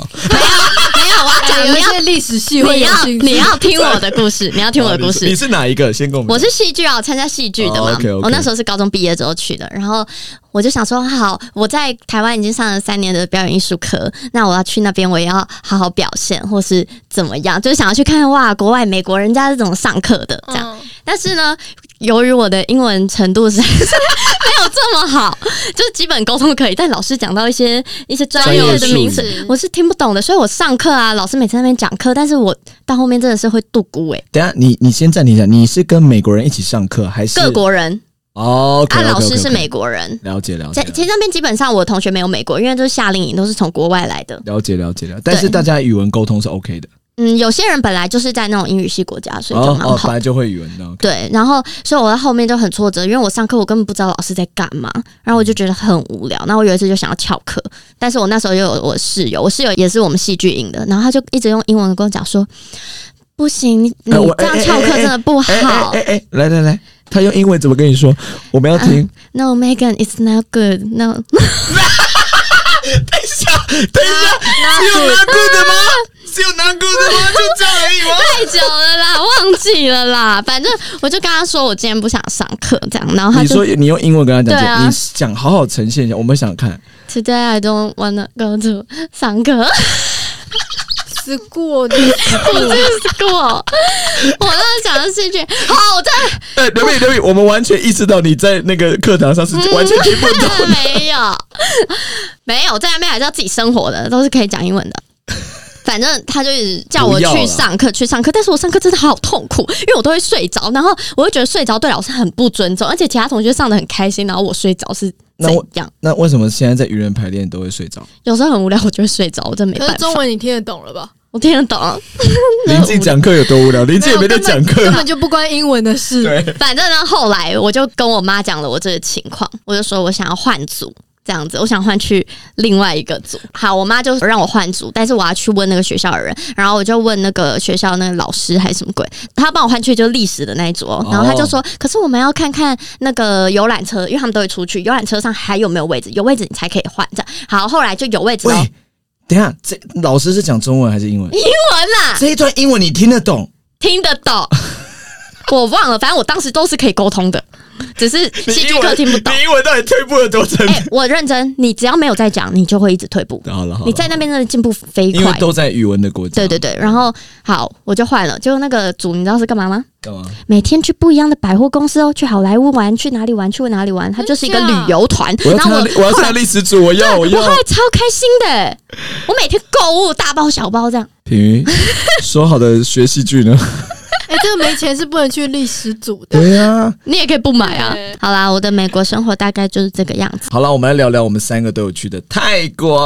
[SPEAKER 1] 没有我要
[SPEAKER 4] 哎
[SPEAKER 1] 讲，
[SPEAKER 4] 有
[SPEAKER 1] 你
[SPEAKER 4] 一
[SPEAKER 1] 要
[SPEAKER 4] 些历史系会
[SPEAKER 1] 你
[SPEAKER 4] 有
[SPEAKER 1] 要
[SPEAKER 4] 兴趣
[SPEAKER 1] 你要听我的故 事，你 要听我的故
[SPEAKER 3] 啊你是你
[SPEAKER 1] 事。
[SPEAKER 3] 是哪一个？先跟我们
[SPEAKER 1] 我
[SPEAKER 3] 讲。
[SPEAKER 1] 是戏剧啊，我参加戏剧的嘛。
[SPEAKER 3] 哦，OK，OK
[SPEAKER 1] 我那时候是高中毕业之后去的，然后我就想说，好，我在台湾已经上了三年的表演艺术课，那我要去那边，我也要好好表现，或是怎么样，就是想要去看哇，国外美国人家是怎么上课的这样。
[SPEAKER 2] 嗯
[SPEAKER 1] 但是呢，由于我的英文程度实在是 没有这么好，就是基本沟通可以，但老师讲到一些一些专业的名词
[SPEAKER 2] 专业术语，
[SPEAKER 1] 我是听不懂的，所以我上课啊，老师每次在那边讲课，但是我到后面真的是会度孤欸诶、
[SPEAKER 3] 等一下，你你先暂停一下，你是跟美国人一起上课还是
[SPEAKER 1] 各国人
[SPEAKER 3] 哦
[SPEAKER 1] 啊，
[SPEAKER 3] ，OK，OK，OK，OK，
[SPEAKER 1] 老师是美国人。
[SPEAKER 3] 了解了
[SPEAKER 1] 在
[SPEAKER 3] 解
[SPEAKER 1] 其实那边基本上我同学没有美国，因为就是夏令营都是从国外来的。
[SPEAKER 3] 了解了解了解，但是大家语文沟通是 OK 的，
[SPEAKER 1] 嗯，有些人本来就是在那种英语系国家，所以就
[SPEAKER 3] 哦
[SPEAKER 1] 蛮好
[SPEAKER 3] 哦，
[SPEAKER 1] 的
[SPEAKER 3] 本来就会语文的，OK，
[SPEAKER 1] 对，然后所以我在后面就很挫折，因为我上课我根本不知道老师在干嘛，然后我就觉得很无聊。那我有一次就想要翘课，但是我那时候又有我室友，我室友也是我们戏剧营的，然后他就一直用英文跟我讲说。不行，你你
[SPEAKER 3] 哎我
[SPEAKER 1] 这样翘课真的不
[SPEAKER 3] 哎
[SPEAKER 1] 好。
[SPEAKER 3] 哎哎哎，来来来，他用英文怎么跟你说？我们要听，
[SPEAKER 1] No, Megan, it's not good. No，
[SPEAKER 3] 等一下， 只有难过 的吗？只有难过的吗？就这样而已吗？
[SPEAKER 1] 太久了啦，忘记了啦。反正我就跟他说我今天不想上课，这样，然后他
[SPEAKER 3] 你
[SPEAKER 1] 就
[SPEAKER 3] 说你用英文跟他讲
[SPEAKER 1] 对
[SPEAKER 3] 解，
[SPEAKER 1] 啊
[SPEAKER 3] 你讲好好呈现一下，我们想看。
[SPEAKER 1] Today I don't wanna go to 上课。
[SPEAKER 4] 思过的，
[SPEAKER 1] 我真的是过，我当时想的是一句，好，我真的
[SPEAKER 3] 哎，刘敏，刘敏，我们完全意识到你在那个课堂上是
[SPEAKER 1] 嗯
[SPEAKER 3] 完全听不懂。
[SPEAKER 1] 没有，没有，在那边还是要自己生活的，都是可以讲英文的。反正他就一直叫我
[SPEAKER 3] 不要啦
[SPEAKER 1] 去上课，去上课，但是我上课真的好痛苦，因为我都会睡着，然后我会觉得睡着对老师很不尊重，而且其他同学上的很开心，然后我睡着是
[SPEAKER 3] 那
[SPEAKER 1] 怎
[SPEAKER 3] 我
[SPEAKER 1] 样？
[SPEAKER 3] 那为什么现在在愚人排练都会睡 着？
[SPEAKER 1] 有时候很无聊，我就会睡着，我真没
[SPEAKER 2] 可
[SPEAKER 1] 办
[SPEAKER 2] 是中
[SPEAKER 1] 法。
[SPEAKER 2] 文你听得懂了吧？
[SPEAKER 1] 我听得懂，
[SPEAKER 3] 林静讲课有多无聊？林静也没在讲
[SPEAKER 4] 根
[SPEAKER 3] 课。
[SPEAKER 4] 本就不关英文的事。
[SPEAKER 3] 啊 对，啊
[SPEAKER 1] 反正呢，后来我就跟我妈讲了我这个情况，我就说我想要换组。这样子，我想换去另外一个组。好，我妈就让我换组，但是我要去问那个学校的人，然后我就问那个学校那个老师还是什么鬼，他帮我换去就历史的那一组哦。然后他就说，可是我们要看看那个游览车，因为他们都会出去，游览车上还有没有位置，有位置你才可以换。这样好，后来就有位置
[SPEAKER 3] 喂
[SPEAKER 1] 哦， 英，
[SPEAKER 3] 等一下，这老师是讲中文还是 英文？
[SPEAKER 1] 文啦，
[SPEAKER 3] 这一段英文你听得懂？
[SPEAKER 1] 听得懂。 我忘了，反正我当时都是可以沟通的， 只是
[SPEAKER 3] 你
[SPEAKER 1] 戏剧
[SPEAKER 3] 英文
[SPEAKER 1] 课听不懂。
[SPEAKER 3] 你英文到底退步了多深？
[SPEAKER 1] 哎、我认真，你只要没有在讲，你就会一直退步。
[SPEAKER 3] 好了好了，
[SPEAKER 1] 你在那边真的进步飞
[SPEAKER 3] 嗯因为
[SPEAKER 1] 快。
[SPEAKER 3] 都在语文的国家，
[SPEAKER 1] 对对对，然后好，我就换了。结果那个组，你知道是干嘛吗？
[SPEAKER 3] 干嘛？
[SPEAKER 1] 每天去不一样的百货公司哦，去好莱坞玩，去哪里玩，去哪里玩，它就是一个旅游团。
[SPEAKER 3] 我要
[SPEAKER 1] 然
[SPEAKER 3] 参
[SPEAKER 1] 后
[SPEAKER 3] 加
[SPEAKER 1] 我
[SPEAKER 3] 历，我 要参加历史组，我要我
[SPEAKER 1] 我
[SPEAKER 3] 要
[SPEAKER 1] 后。来超开心的、 我每天购物大包小包这样。
[SPEAKER 3] 品 瑜，说好的学戏剧呢？
[SPEAKER 4] 哎，这个没钱是不能去历史组的。
[SPEAKER 3] 对呀。
[SPEAKER 1] 你也可以不买啊
[SPEAKER 2] 对。
[SPEAKER 1] 好啦，我的美国生活大概就是这个样子，
[SPEAKER 3] 好了，我们来聊聊我们三个都有去的泰国。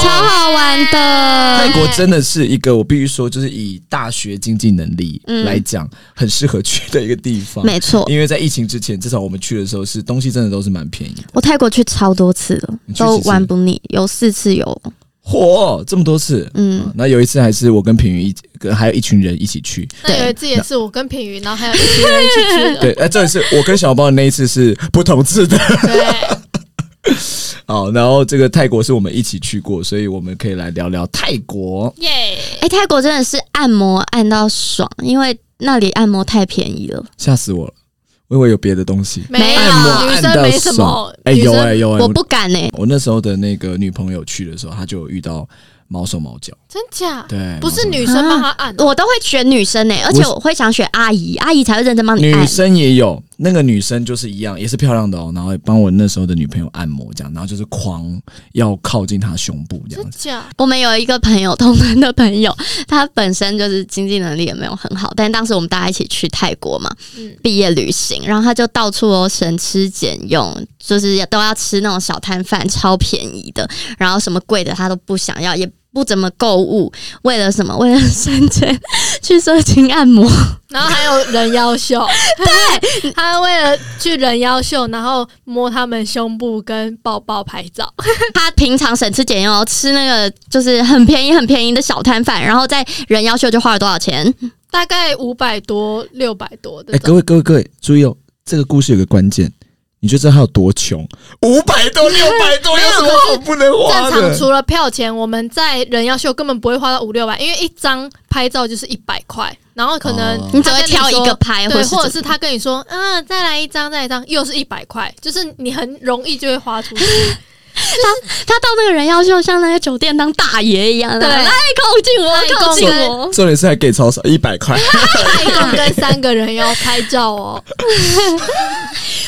[SPEAKER 1] 超好玩
[SPEAKER 3] 泰
[SPEAKER 1] 的。
[SPEAKER 3] 国真的是一个，我必须说，就是以大学经济能力来讲，很适合去的一个地方。
[SPEAKER 1] 嗯没错，
[SPEAKER 3] 因为在疫情之前，至少我们去的时候是东西真的都是蛮便宜的。
[SPEAKER 1] 我泰国去超多次了
[SPEAKER 3] 你，去
[SPEAKER 1] 都
[SPEAKER 3] 几次
[SPEAKER 1] 玩不腻，有四次有。
[SPEAKER 3] 嚯，这么多次！
[SPEAKER 1] 嗯，
[SPEAKER 3] 啊那有一次还是我跟品瑜一跟还有一群人一起去，
[SPEAKER 2] 那有一次也是我跟品瑜，然后还有一群人一起 去的。
[SPEAKER 3] 对，哎、这一次我跟小包的那一次是不同次的，
[SPEAKER 2] 对，
[SPEAKER 3] 好，然后这个泰国是我们一起去过，所以我们可以来聊聊泰国。
[SPEAKER 2] 耶！
[SPEAKER 1] 哎、泰国真的是按摩按到爽，因为那里按摩太便宜了。
[SPEAKER 3] 吓死我了，我以为有别的东西。
[SPEAKER 1] 没有
[SPEAKER 3] 按摩
[SPEAKER 2] 女
[SPEAKER 3] 按
[SPEAKER 2] 生
[SPEAKER 3] 到
[SPEAKER 2] 没什
[SPEAKER 3] 爽
[SPEAKER 2] 么，，
[SPEAKER 3] 哎、
[SPEAKER 2] 女
[SPEAKER 3] 有哎、
[SPEAKER 2] 生
[SPEAKER 3] 有哎、
[SPEAKER 1] 我不敢呢、
[SPEAKER 3] 我那时候的那个女朋友去的时候，她就有遇到毛手毛脚，
[SPEAKER 2] 真假？
[SPEAKER 3] 对，啊
[SPEAKER 2] 不是
[SPEAKER 3] 毛手
[SPEAKER 2] 女生帮他按的，啊
[SPEAKER 1] 我都会选女生呢、而且我会想选阿姨，阿姨才会认真帮你
[SPEAKER 3] 女
[SPEAKER 1] 按。
[SPEAKER 3] 生也有，那个女生就是一样，也是漂亮的哦，然后也帮我那时候的女朋友按摩这样，然后就是狂要靠近她胸部这样子。
[SPEAKER 2] 这样
[SPEAKER 1] 我们有一个朋友，同门的朋友，他本身就是经济能力也没有很好，但当时我们大家一起去泰国嘛，
[SPEAKER 2] 嗯
[SPEAKER 1] 毕业旅行，然后他就到处哦省吃俭用，就是也都要吃那种小摊贩，超便宜的，然后什么贵的他都不想要，也不怎么购物，为了什么？为了省钱 去色情按摩，
[SPEAKER 2] 然后还有人 妖秀，对，他为了去人妖秀，然后摸他们胸部跟抱抱拍照，
[SPEAKER 1] 他平常省吃俭用哦吃那个就是很便宜很便宜的小摊贩，然后在人妖秀就花了多少钱？
[SPEAKER 2] 大概五百多、六百多
[SPEAKER 3] 哎、
[SPEAKER 2] 的。
[SPEAKER 3] 各位各位各位，注意哦，这个故事有个关键，你就知道他有多穷，五百多六百多
[SPEAKER 2] 没
[SPEAKER 3] 有
[SPEAKER 2] 有
[SPEAKER 3] 什么好不能花
[SPEAKER 2] 正常
[SPEAKER 3] 的？
[SPEAKER 2] 除了票钱，我们在人妖秀根本不会花到五六百，因为一张拍照就是一百块，然后可能
[SPEAKER 3] 哦
[SPEAKER 1] 你只
[SPEAKER 2] 他
[SPEAKER 1] 会
[SPEAKER 2] 跟你
[SPEAKER 1] 挑一
[SPEAKER 2] 说
[SPEAKER 1] 个拍，
[SPEAKER 2] 对，
[SPEAKER 1] 是
[SPEAKER 2] 或者
[SPEAKER 1] 怎
[SPEAKER 2] 是他跟你说，嗯，再来一张，再来一张，又是一百块，就是你很容易就会 花出去。
[SPEAKER 1] 他到那个人妖秀，像那个酒店当大爷一样的，
[SPEAKER 2] 对
[SPEAKER 1] 来靠近我，
[SPEAKER 2] 来
[SPEAKER 1] 靠近
[SPEAKER 2] 靠近
[SPEAKER 1] 我。
[SPEAKER 3] 重点是还给超少一百块，
[SPEAKER 2] 他一共跟三个人要拍照哦，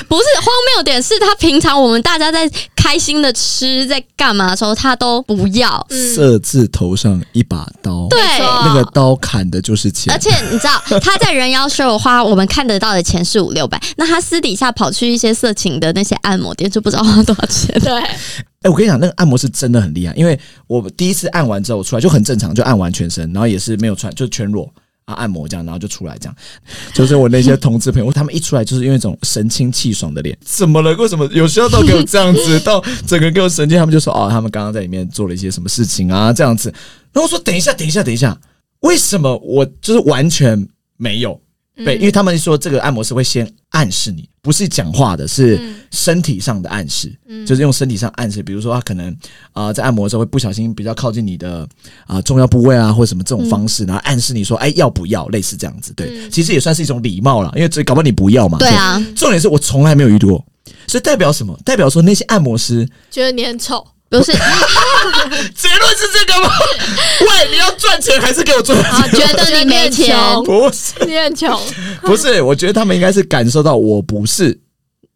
[SPEAKER 1] 不是荒谬点是，他平常我们大家在开心的吃，在干嘛的时候，他都不要。
[SPEAKER 2] 嗯，
[SPEAKER 3] 色字头上一把刀，
[SPEAKER 1] 对，
[SPEAKER 2] 没错
[SPEAKER 3] 那个刀砍的就是钱
[SPEAKER 1] 而。且你知道他在人妖秀花我们看得到的钱是五六百，那他私底下跑去一些色情的那些按摩店，就不知道花多少钱。
[SPEAKER 2] 对，
[SPEAKER 3] 哎、我跟你讲，那个按摩是真的很厉害，因为我第一次按完之后，我出来就很正常，就按完全身，然后也是没有穿，就全裸啊，按摩这样，然后就出来这样。 就是我那些同志朋友，他们一出来就是用一种神清气爽的脸，怎么了？为什么有需要到给我这样子，到整个给我神经？他们就说哦，他们刚刚在里面做了一些什么事情啊，这样子。然后我说等一下，等一下，等一下，为什么我就是完全没有？
[SPEAKER 2] 嗯
[SPEAKER 3] 对，因为他们说这个按摩师会先暗示你，不是讲话的，是
[SPEAKER 2] 嗯
[SPEAKER 3] 身体上的暗示，
[SPEAKER 2] 嗯
[SPEAKER 3] 就是用身体上暗示，比如说他可能啊、呃在按摩的时候会不小心比较靠近你的啊、重要部位啊，或者什么这种方式，然后暗示你说哎要不要，类似这样子。对，
[SPEAKER 2] 嗯
[SPEAKER 3] 其实也算是一种礼貌啦，因为这搞不好你不要嘛。
[SPEAKER 1] 对啊，
[SPEAKER 3] 重点是我从来没有遇到过，所以代表什么？代表说那些按摩师
[SPEAKER 2] 觉得你很丑，
[SPEAKER 1] 不是，
[SPEAKER 3] 结论是这个吗？ 喂，你要赚钱还是给我赚
[SPEAKER 1] 啊，
[SPEAKER 3] 钱？
[SPEAKER 1] 觉得你没钱，
[SPEAKER 3] 不是，
[SPEAKER 2] 你很穷，
[SPEAKER 3] 不是，我觉得他们应该是感受到我不是。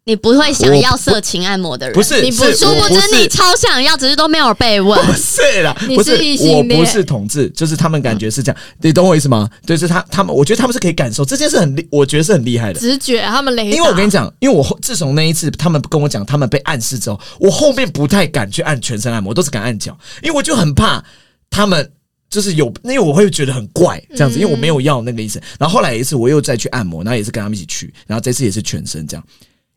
[SPEAKER 1] 你不会想要色情按摩的人，
[SPEAKER 3] 不是，
[SPEAKER 2] 你不
[SPEAKER 3] 是
[SPEAKER 1] 殊
[SPEAKER 3] 我
[SPEAKER 1] 不
[SPEAKER 3] 不
[SPEAKER 1] 知
[SPEAKER 3] 是
[SPEAKER 1] 你超想要，只是都没有被问。
[SPEAKER 3] 不是啦，
[SPEAKER 4] 你
[SPEAKER 3] 不
[SPEAKER 4] 是异性
[SPEAKER 3] 我
[SPEAKER 4] 恋
[SPEAKER 3] 不是同志，就是他们感觉是这样，你懂我意思吗？就是他他们，我觉得他们是可以感受这件事很厉，我觉得是很厉害的。
[SPEAKER 2] 直觉他们雷达，
[SPEAKER 3] 因为我跟你讲，因为我后自从那一次他们跟我讲他们被暗示之后，我后面不太敢去按全身按摩，我都是敢按脚，因为我就很怕他们就是有，因为我会觉得很怪这样子，因为我没有要那个意思。然后后来有一次我又再去按摩，然后也是跟他们一起去，然后这次也是全身这样，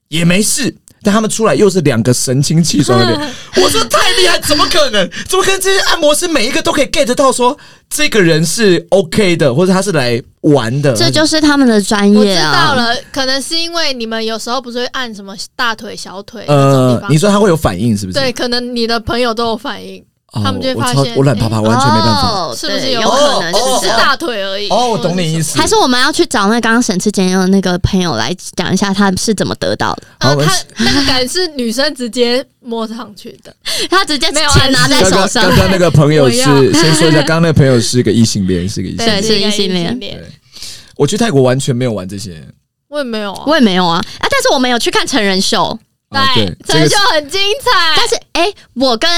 [SPEAKER 3] 也没事。但他们出来又是两个神清气爽 的脸，我说太厉害，怎么可能？怎么可能？这些按摩师每一个都可以 get 到说这个人是 OK 的，或者他是来玩的，
[SPEAKER 1] 这
[SPEAKER 3] 他
[SPEAKER 1] 就是他们的专
[SPEAKER 2] 我
[SPEAKER 1] 业
[SPEAKER 2] 知道
[SPEAKER 1] 啊。
[SPEAKER 2] 了，可能是因为你们有时候不是会按什么大腿、小腿那种地
[SPEAKER 3] 呃，
[SPEAKER 2] 方，
[SPEAKER 3] 你说他会有反应是不是？
[SPEAKER 2] 对，可能你的朋友都有反应，
[SPEAKER 3] 哦
[SPEAKER 2] 他们就会
[SPEAKER 3] 我
[SPEAKER 2] 发
[SPEAKER 3] 超
[SPEAKER 2] 现哎
[SPEAKER 3] 我懒趴趴，完全没办法。
[SPEAKER 1] 哦
[SPEAKER 2] 是不是
[SPEAKER 1] 对
[SPEAKER 2] 有
[SPEAKER 1] 有
[SPEAKER 3] 可
[SPEAKER 1] 可能？
[SPEAKER 3] 能哦
[SPEAKER 2] 只
[SPEAKER 1] 就是是
[SPEAKER 2] 大腿而已。
[SPEAKER 3] 哦，我
[SPEAKER 2] 或者
[SPEAKER 3] 懂你意
[SPEAKER 2] 是
[SPEAKER 3] 思。
[SPEAKER 1] 还是我们要去找那刚刚省吃俭用的那个朋友来讲一下他是怎么得到的？
[SPEAKER 2] 什
[SPEAKER 3] 好我
[SPEAKER 2] 么。呃，他那个感是女生直接摸上去的，
[SPEAKER 1] 他直接
[SPEAKER 2] 没有
[SPEAKER 1] 钱拿
[SPEAKER 2] 暗
[SPEAKER 1] 在
[SPEAKER 3] 刚
[SPEAKER 2] 示
[SPEAKER 1] 手
[SPEAKER 3] 刚
[SPEAKER 1] 上
[SPEAKER 3] 刚，刚那个朋友是
[SPEAKER 2] 我要
[SPEAKER 3] 先说一下，刚刚那个朋友是个异性恋，是个异性
[SPEAKER 1] 对
[SPEAKER 3] 恋。
[SPEAKER 1] 是
[SPEAKER 2] 一个
[SPEAKER 1] 异性恋
[SPEAKER 2] 恋
[SPEAKER 3] 我去泰国完全没有玩这些。
[SPEAKER 2] 我也没有啊，
[SPEAKER 1] 我也没有啊啊！但是我们有去看成人秀，
[SPEAKER 3] 啊对，这
[SPEAKER 2] 成
[SPEAKER 3] 个
[SPEAKER 2] 就是很精彩。
[SPEAKER 1] 但是哎、诶我跟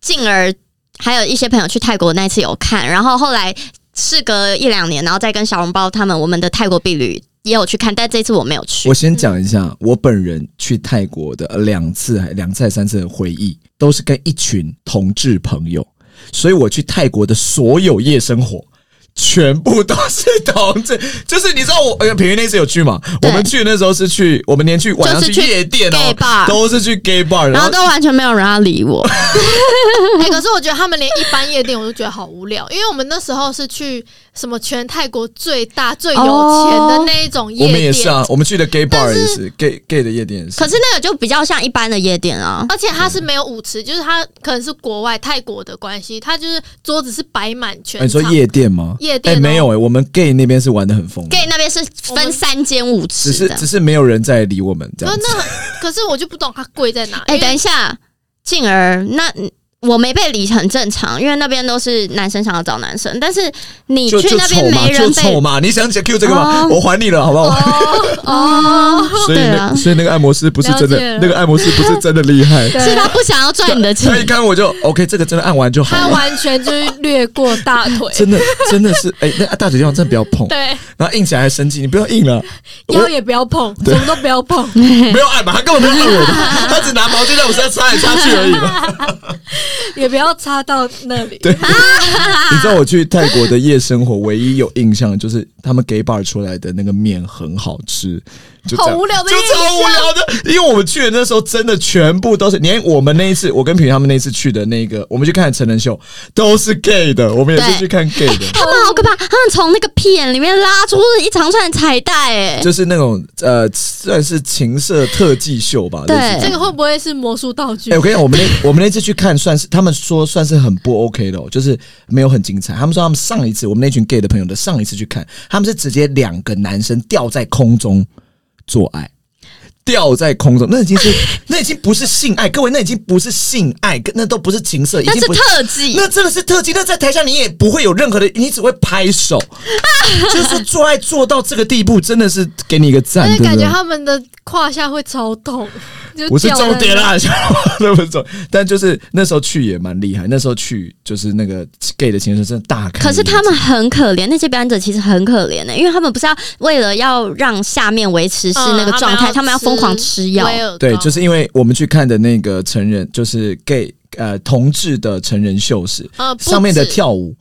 [SPEAKER 1] 静儿还有一些朋友去泰国那一次有看，然后后来事隔一两年，然后再跟小笼包他们我们的泰国婢旅也有去看，但这次我没有去
[SPEAKER 3] 我。先讲一下我本人去泰国的呃两次、还两次、还三次的回忆，都是跟一群同志朋友，所以我去泰国的所有夜生活。全部都是同志， 就是你知道我呃，平云那次有去嘛？我
[SPEAKER 1] 对
[SPEAKER 3] 们去那时候是去，我们连去晚上
[SPEAKER 1] 就是去
[SPEAKER 3] 夜店哦
[SPEAKER 1] gay，bar
[SPEAKER 3] 都是去 gay bar，
[SPEAKER 1] 然
[SPEAKER 3] 然
[SPEAKER 1] 后
[SPEAKER 3] 后
[SPEAKER 1] 都完全没有人要理我，
[SPEAKER 2] 哎，可是我觉得他们连一般夜店我都觉得好无聊，因为我们那时候是去什么全泰国最大最有钱的那一种
[SPEAKER 3] 我
[SPEAKER 2] 夜
[SPEAKER 3] 们也
[SPEAKER 2] 店，
[SPEAKER 3] 是啊，我们去的 gay bar
[SPEAKER 2] 但是
[SPEAKER 3] 也是 gay gay 的夜店也是。
[SPEAKER 1] 可是那个就比较像一般的夜店啊。
[SPEAKER 2] 而且它是没有舞池，就是它可能是国外泰国的关系，它就是桌子是摆满全
[SPEAKER 3] 哎、你说
[SPEAKER 2] 场。
[SPEAKER 3] 夜店吗？
[SPEAKER 2] 夜店哦
[SPEAKER 3] 哎没有哎、我们 gay 那边是玩的很疯的
[SPEAKER 1] gay 那边是
[SPEAKER 2] 我
[SPEAKER 1] 分
[SPEAKER 2] 们
[SPEAKER 1] 三间舞池
[SPEAKER 3] 只是
[SPEAKER 1] 的。
[SPEAKER 3] 只是没有人在理我们这
[SPEAKER 2] 可
[SPEAKER 3] 样
[SPEAKER 2] 是
[SPEAKER 3] 子。
[SPEAKER 2] 那，可是我就不懂它贵在哪。
[SPEAKER 1] 哎、
[SPEAKER 2] 因为
[SPEAKER 1] 等一下，静儿，那我没被理很正常，因为那边都是男生想要找男生，但是你
[SPEAKER 3] 就
[SPEAKER 1] 去
[SPEAKER 3] 就
[SPEAKER 1] 那边
[SPEAKER 3] 丑嘛，
[SPEAKER 1] 没
[SPEAKER 3] 就
[SPEAKER 1] 人被
[SPEAKER 3] 丑嘛，你想解 Q 这个嘛，
[SPEAKER 1] 哦
[SPEAKER 3] 我还你了，好不好？
[SPEAKER 1] 哦，
[SPEAKER 3] 所以
[SPEAKER 1] 对
[SPEAKER 3] 那
[SPEAKER 1] 啊，
[SPEAKER 3] 所以那个按摩师不是真
[SPEAKER 4] 了解
[SPEAKER 3] 的，
[SPEAKER 4] 了
[SPEAKER 3] 那个按摩师不是真的厉害。
[SPEAKER 1] 是他不想要赚你的钱
[SPEAKER 3] 他，一看我就 OK，这个真的按完就好
[SPEAKER 4] 他
[SPEAKER 3] 了。
[SPEAKER 4] 完全就是略过大 腿，
[SPEAKER 3] 真的真的是，哎、那大腿地方真的不要碰，
[SPEAKER 2] 对，
[SPEAKER 3] 然后硬起来还生气，你不要硬了，
[SPEAKER 4] 腰也不要碰，什么都不要 碰。
[SPEAKER 3] 没有按嘛，他根本没 有按我嘛，他只拿毛巾在我身上擦来擦去而已嘛。
[SPEAKER 4] 也不要插到那里。
[SPEAKER 2] 啊
[SPEAKER 3] 对， 你知道我去泰国的夜生活，唯一有印象就是他们 gay bar 出来的那个面很好吃，就这样
[SPEAKER 2] 好无聊的
[SPEAKER 3] 就
[SPEAKER 2] 印象
[SPEAKER 3] 超无聊的。因为我们去的那时候真的全部都是，连我们那一次，我跟平平他们那一次去的那个，我们去看成人秀，都是 gay 的，我们也是
[SPEAKER 1] 对
[SPEAKER 3] 去看 gay 的。
[SPEAKER 1] 他们好可怕，他们从那个片里面拉出一长串彩带，哎，
[SPEAKER 3] 就是那种呃，算是情色特技秀吧。
[SPEAKER 1] 对
[SPEAKER 3] 类似这
[SPEAKER 4] 这
[SPEAKER 3] 样
[SPEAKER 4] 个会不会是魔术道具
[SPEAKER 3] 哎、？我跟你讲，我们那我们那次去看，算是他们说算是很不 OK 的、哦，就是没有很精彩。他们说他们上一次我们那群 gay 的朋友的上一次去看，他们是直接两个男生吊在空中做爱，吊在空中，那已经是那已经不是性爱，各位，那已经不是性爱，跟那都不是情色，已
[SPEAKER 1] 那
[SPEAKER 3] 经
[SPEAKER 1] 是
[SPEAKER 3] 不是。
[SPEAKER 1] 特技，
[SPEAKER 3] 那真的是特技，那在台下你也不会有任何的，你只会拍手，就是做爱做到这个地步，真的是给你一个赞，
[SPEAKER 4] 而且
[SPEAKER 3] 对不对？
[SPEAKER 4] 感觉他们的胯下会超 痛，就
[SPEAKER 3] 不是重
[SPEAKER 4] 掉
[SPEAKER 3] 点
[SPEAKER 4] 在
[SPEAKER 3] 啦， 那不是重，但就是那时候去也蛮厉害，那时候去就是那个 gay 的情人真的大开眼界。
[SPEAKER 1] 可是他们很可怜，那些表演者其实很可怜的、欸因为他们不是要为了要让下面维持是那个状态，
[SPEAKER 2] 嗯
[SPEAKER 1] 他们要疯狂吃药。
[SPEAKER 2] 威尔刚
[SPEAKER 3] 对，就是因为我们去看的那个成人，就是 gay 呃同志的成人秀是
[SPEAKER 2] 呃，不
[SPEAKER 3] 上面的
[SPEAKER 2] 止
[SPEAKER 3] 跳舞，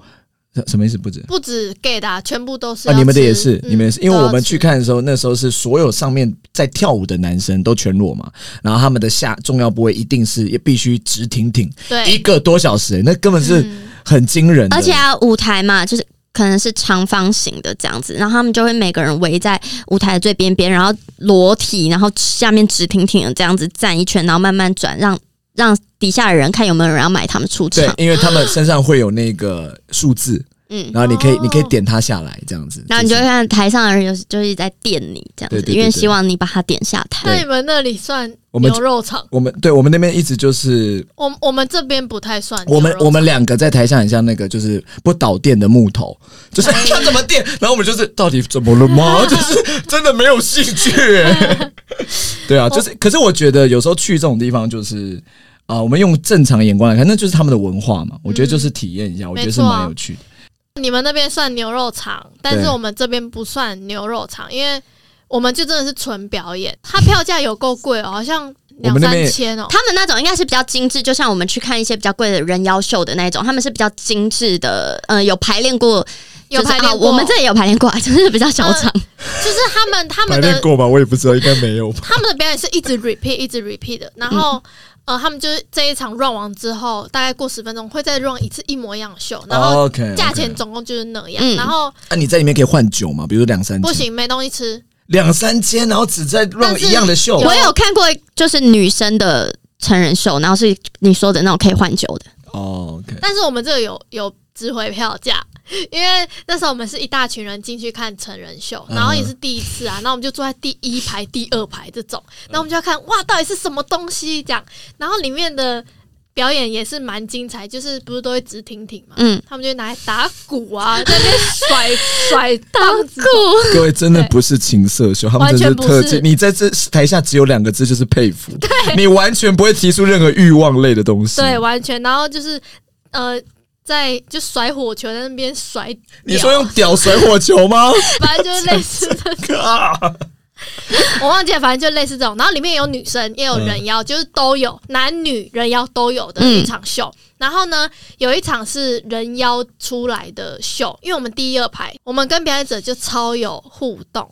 [SPEAKER 3] 呃什么意思？不止。
[SPEAKER 2] 不止 gay 的啊、全部都是
[SPEAKER 3] 啊，
[SPEAKER 2] 要
[SPEAKER 3] 你们的也
[SPEAKER 2] 吃
[SPEAKER 3] 是，
[SPEAKER 2] 嗯
[SPEAKER 3] 你们也是，因为
[SPEAKER 2] 都要
[SPEAKER 3] 我们去
[SPEAKER 2] 吃
[SPEAKER 3] 看的时候，那时候是所有上面在跳舞的男生都全裸嘛，然后他们的下重要部位一定是也必须直挺挺，一
[SPEAKER 2] 对
[SPEAKER 3] 个多小时、欸那根本是很惊人的。
[SPEAKER 1] 而且啊，舞台嘛，就是可能是长方形的这样子，然后他们就会每个人围在舞台的最边边，然后裸体，然后下面直挺挺的这样子站一圈，然后慢慢转，让让底下的人看有没有人要买他们出
[SPEAKER 3] 对
[SPEAKER 1] 场，。
[SPEAKER 3] 因为他们身上会有那个数字，
[SPEAKER 1] 嗯，
[SPEAKER 3] 然后你可以、
[SPEAKER 2] 哦
[SPEAKER 3] 你可以点它下来这样子，
[SPEAKER 1] 然后你就会
[SPEAKER 3] 是
[SPEAKER 1] 看台上的人就是就是在电你这样子，
[SPEAKER 3] 对对对
[SPEAKER 1] 因为
[SPEAKER 3] 对
[SPEAKER 1] 希望你把他点下台。
[SPEAKER 2] 那你们那里算
[SPEAKER 3] 我们
[SPEAKER 2] 牛肉场？
[SPEAKER 3] 我们对我们那边一直就是
[SPEAKER 2] 我我们这边不太算牛
[SPEAKER 3] 我
[SPEAKER 2] 肉
[SPEAKER 3] 们
[SPEAKER 2] 场。
[SPEAKER 3] 我们两个在台上很像那个就是不导电的木头，就是
[SPEAKER 2] 哎
[SPEAKER 3] 看怎么电，然后我们就是到底怎么了 吗？就是真的没有兴趣、欸对
[SPEAKER 2] 哦
[SPEAKER 3] 啊，就是可是我觉得有时候去这种地方就是。啊、我们用正常眼光来看，那就是他们的文化嘛。我觉得就是体验一下，我觉得是
[SPEAKER 2] 嗯没错啊
[SPEAKER 3] 蛮有趣的。
[SPEAKER 2] 你们那边算牛肉场，但是
[SPEAKER 3] 对
[SPEAKER 2] 我们这边不算牛肉场，因为我们就真的是纯表演，它票价有够贵哦，好像
[SPEAKER 3] 我
[SPEAKER 2] 两
[SPEAKER 3] 们那边
[SPEAKER 2] 三
[SPEAKER 3] 也
[SPEAKER 2] 千哦。
[SPEAKER 1] 他们那种应该是比较精致，就像我们去看一些比较贵的人妖秀的那一种，他们是比较精致的，呃，有排练过，
[SPEAKER 2] 有排
[SPEAKER 1] 就是
[SPEAKER 2] 练
[SPEAKER 1] 啊
[SPEAKER 2] 过，哦呃
[SPEAKER 1] 我们这也有排练过啊， 就是比较小场，
[SPEAKER 2] 就是他们他们的
[SPEAKER 3] 过吧，我也不知道，应该没有吧。
[SPEAKER 2] 他们的表演是一直 repeat 一直 repeat 的，然后、呃，他们就是这一场 run 完之后，大概过十分钟会再 run 一次一模一样的秀，然后
[SPEAKER 3] OK，
[SPEAKER 2] 价钱总共就是那样，
[SPEAKER 1] 嗯
[SPEAKER 2] 然后
[SPEAKER 3] 啊，你在里面可以换酒嘛？比如说两三千，
[SPEAKER 2] 不行没东西吃，
[SPEAKER 3] 两三千，然后只在
[SPEAKER 2] 但
[SPEAKER 3] run
[SPEAKER 2] 是
[SPEAKER 3] 一样的秀。
[SPEAKER 1] 我有看过就是女生的成人秀，然后是你说的那种可以换酒的，
[SPEAKER 3] 哦，OK，
[SPEAKER 2] 但是我们这个有有值回票价，因为那时候我们是一大群人进去看成人秀，
[SPEAKER 3] 嗯
[SPEAKER 2] 然后也是第一次啊，然后我们就坐在第一排、第二排这种，然后我们就要看哇，到底是什么东西这样，然后里面的表演也是蛮精彩，就是不是都会直挺挺嘛，
[SPEAKER 1] 嗯，
[SPEAKER 2] 他们就拿来打鼓啊，在那边甩甩
[SPEAKER 1] 好
[SPEAKER 2] 棒子，
[SPEAKER 1] 酷，
[SPEAKER 3] 各位真的不是情色秀，他们真的
[SPEAKER 2] 完全
[SPEAKER 3] 特
[SPEAKER 2] 不
[SPEAKER 3] 技。
[SPEAKER 2] 是
[SPEAKER 3] 你在这台下只有两个字，就是佩 服。你完全不会提出任何欲望类的东西。
[SPEAKER 2] 对，完全，然后就是呃。在就甩火球在那边甩屌，
[SPEAKER 3] 你说用屌甩火球吗？
[SPEAKER 2] 反正就是类似 这
[SPEAKER 3] 啊
[SPEAKER 2] 我忘记了，反正就类似这种。然后里面有女生，也有人妖，就是都有男女人妖都有的
[SPEAKER 1] 嗯
[SPEAKER 2] 一场秀。然后呢，有一场是人妖出来的秀，因为我们第二排，我们跟表演者就超有互动。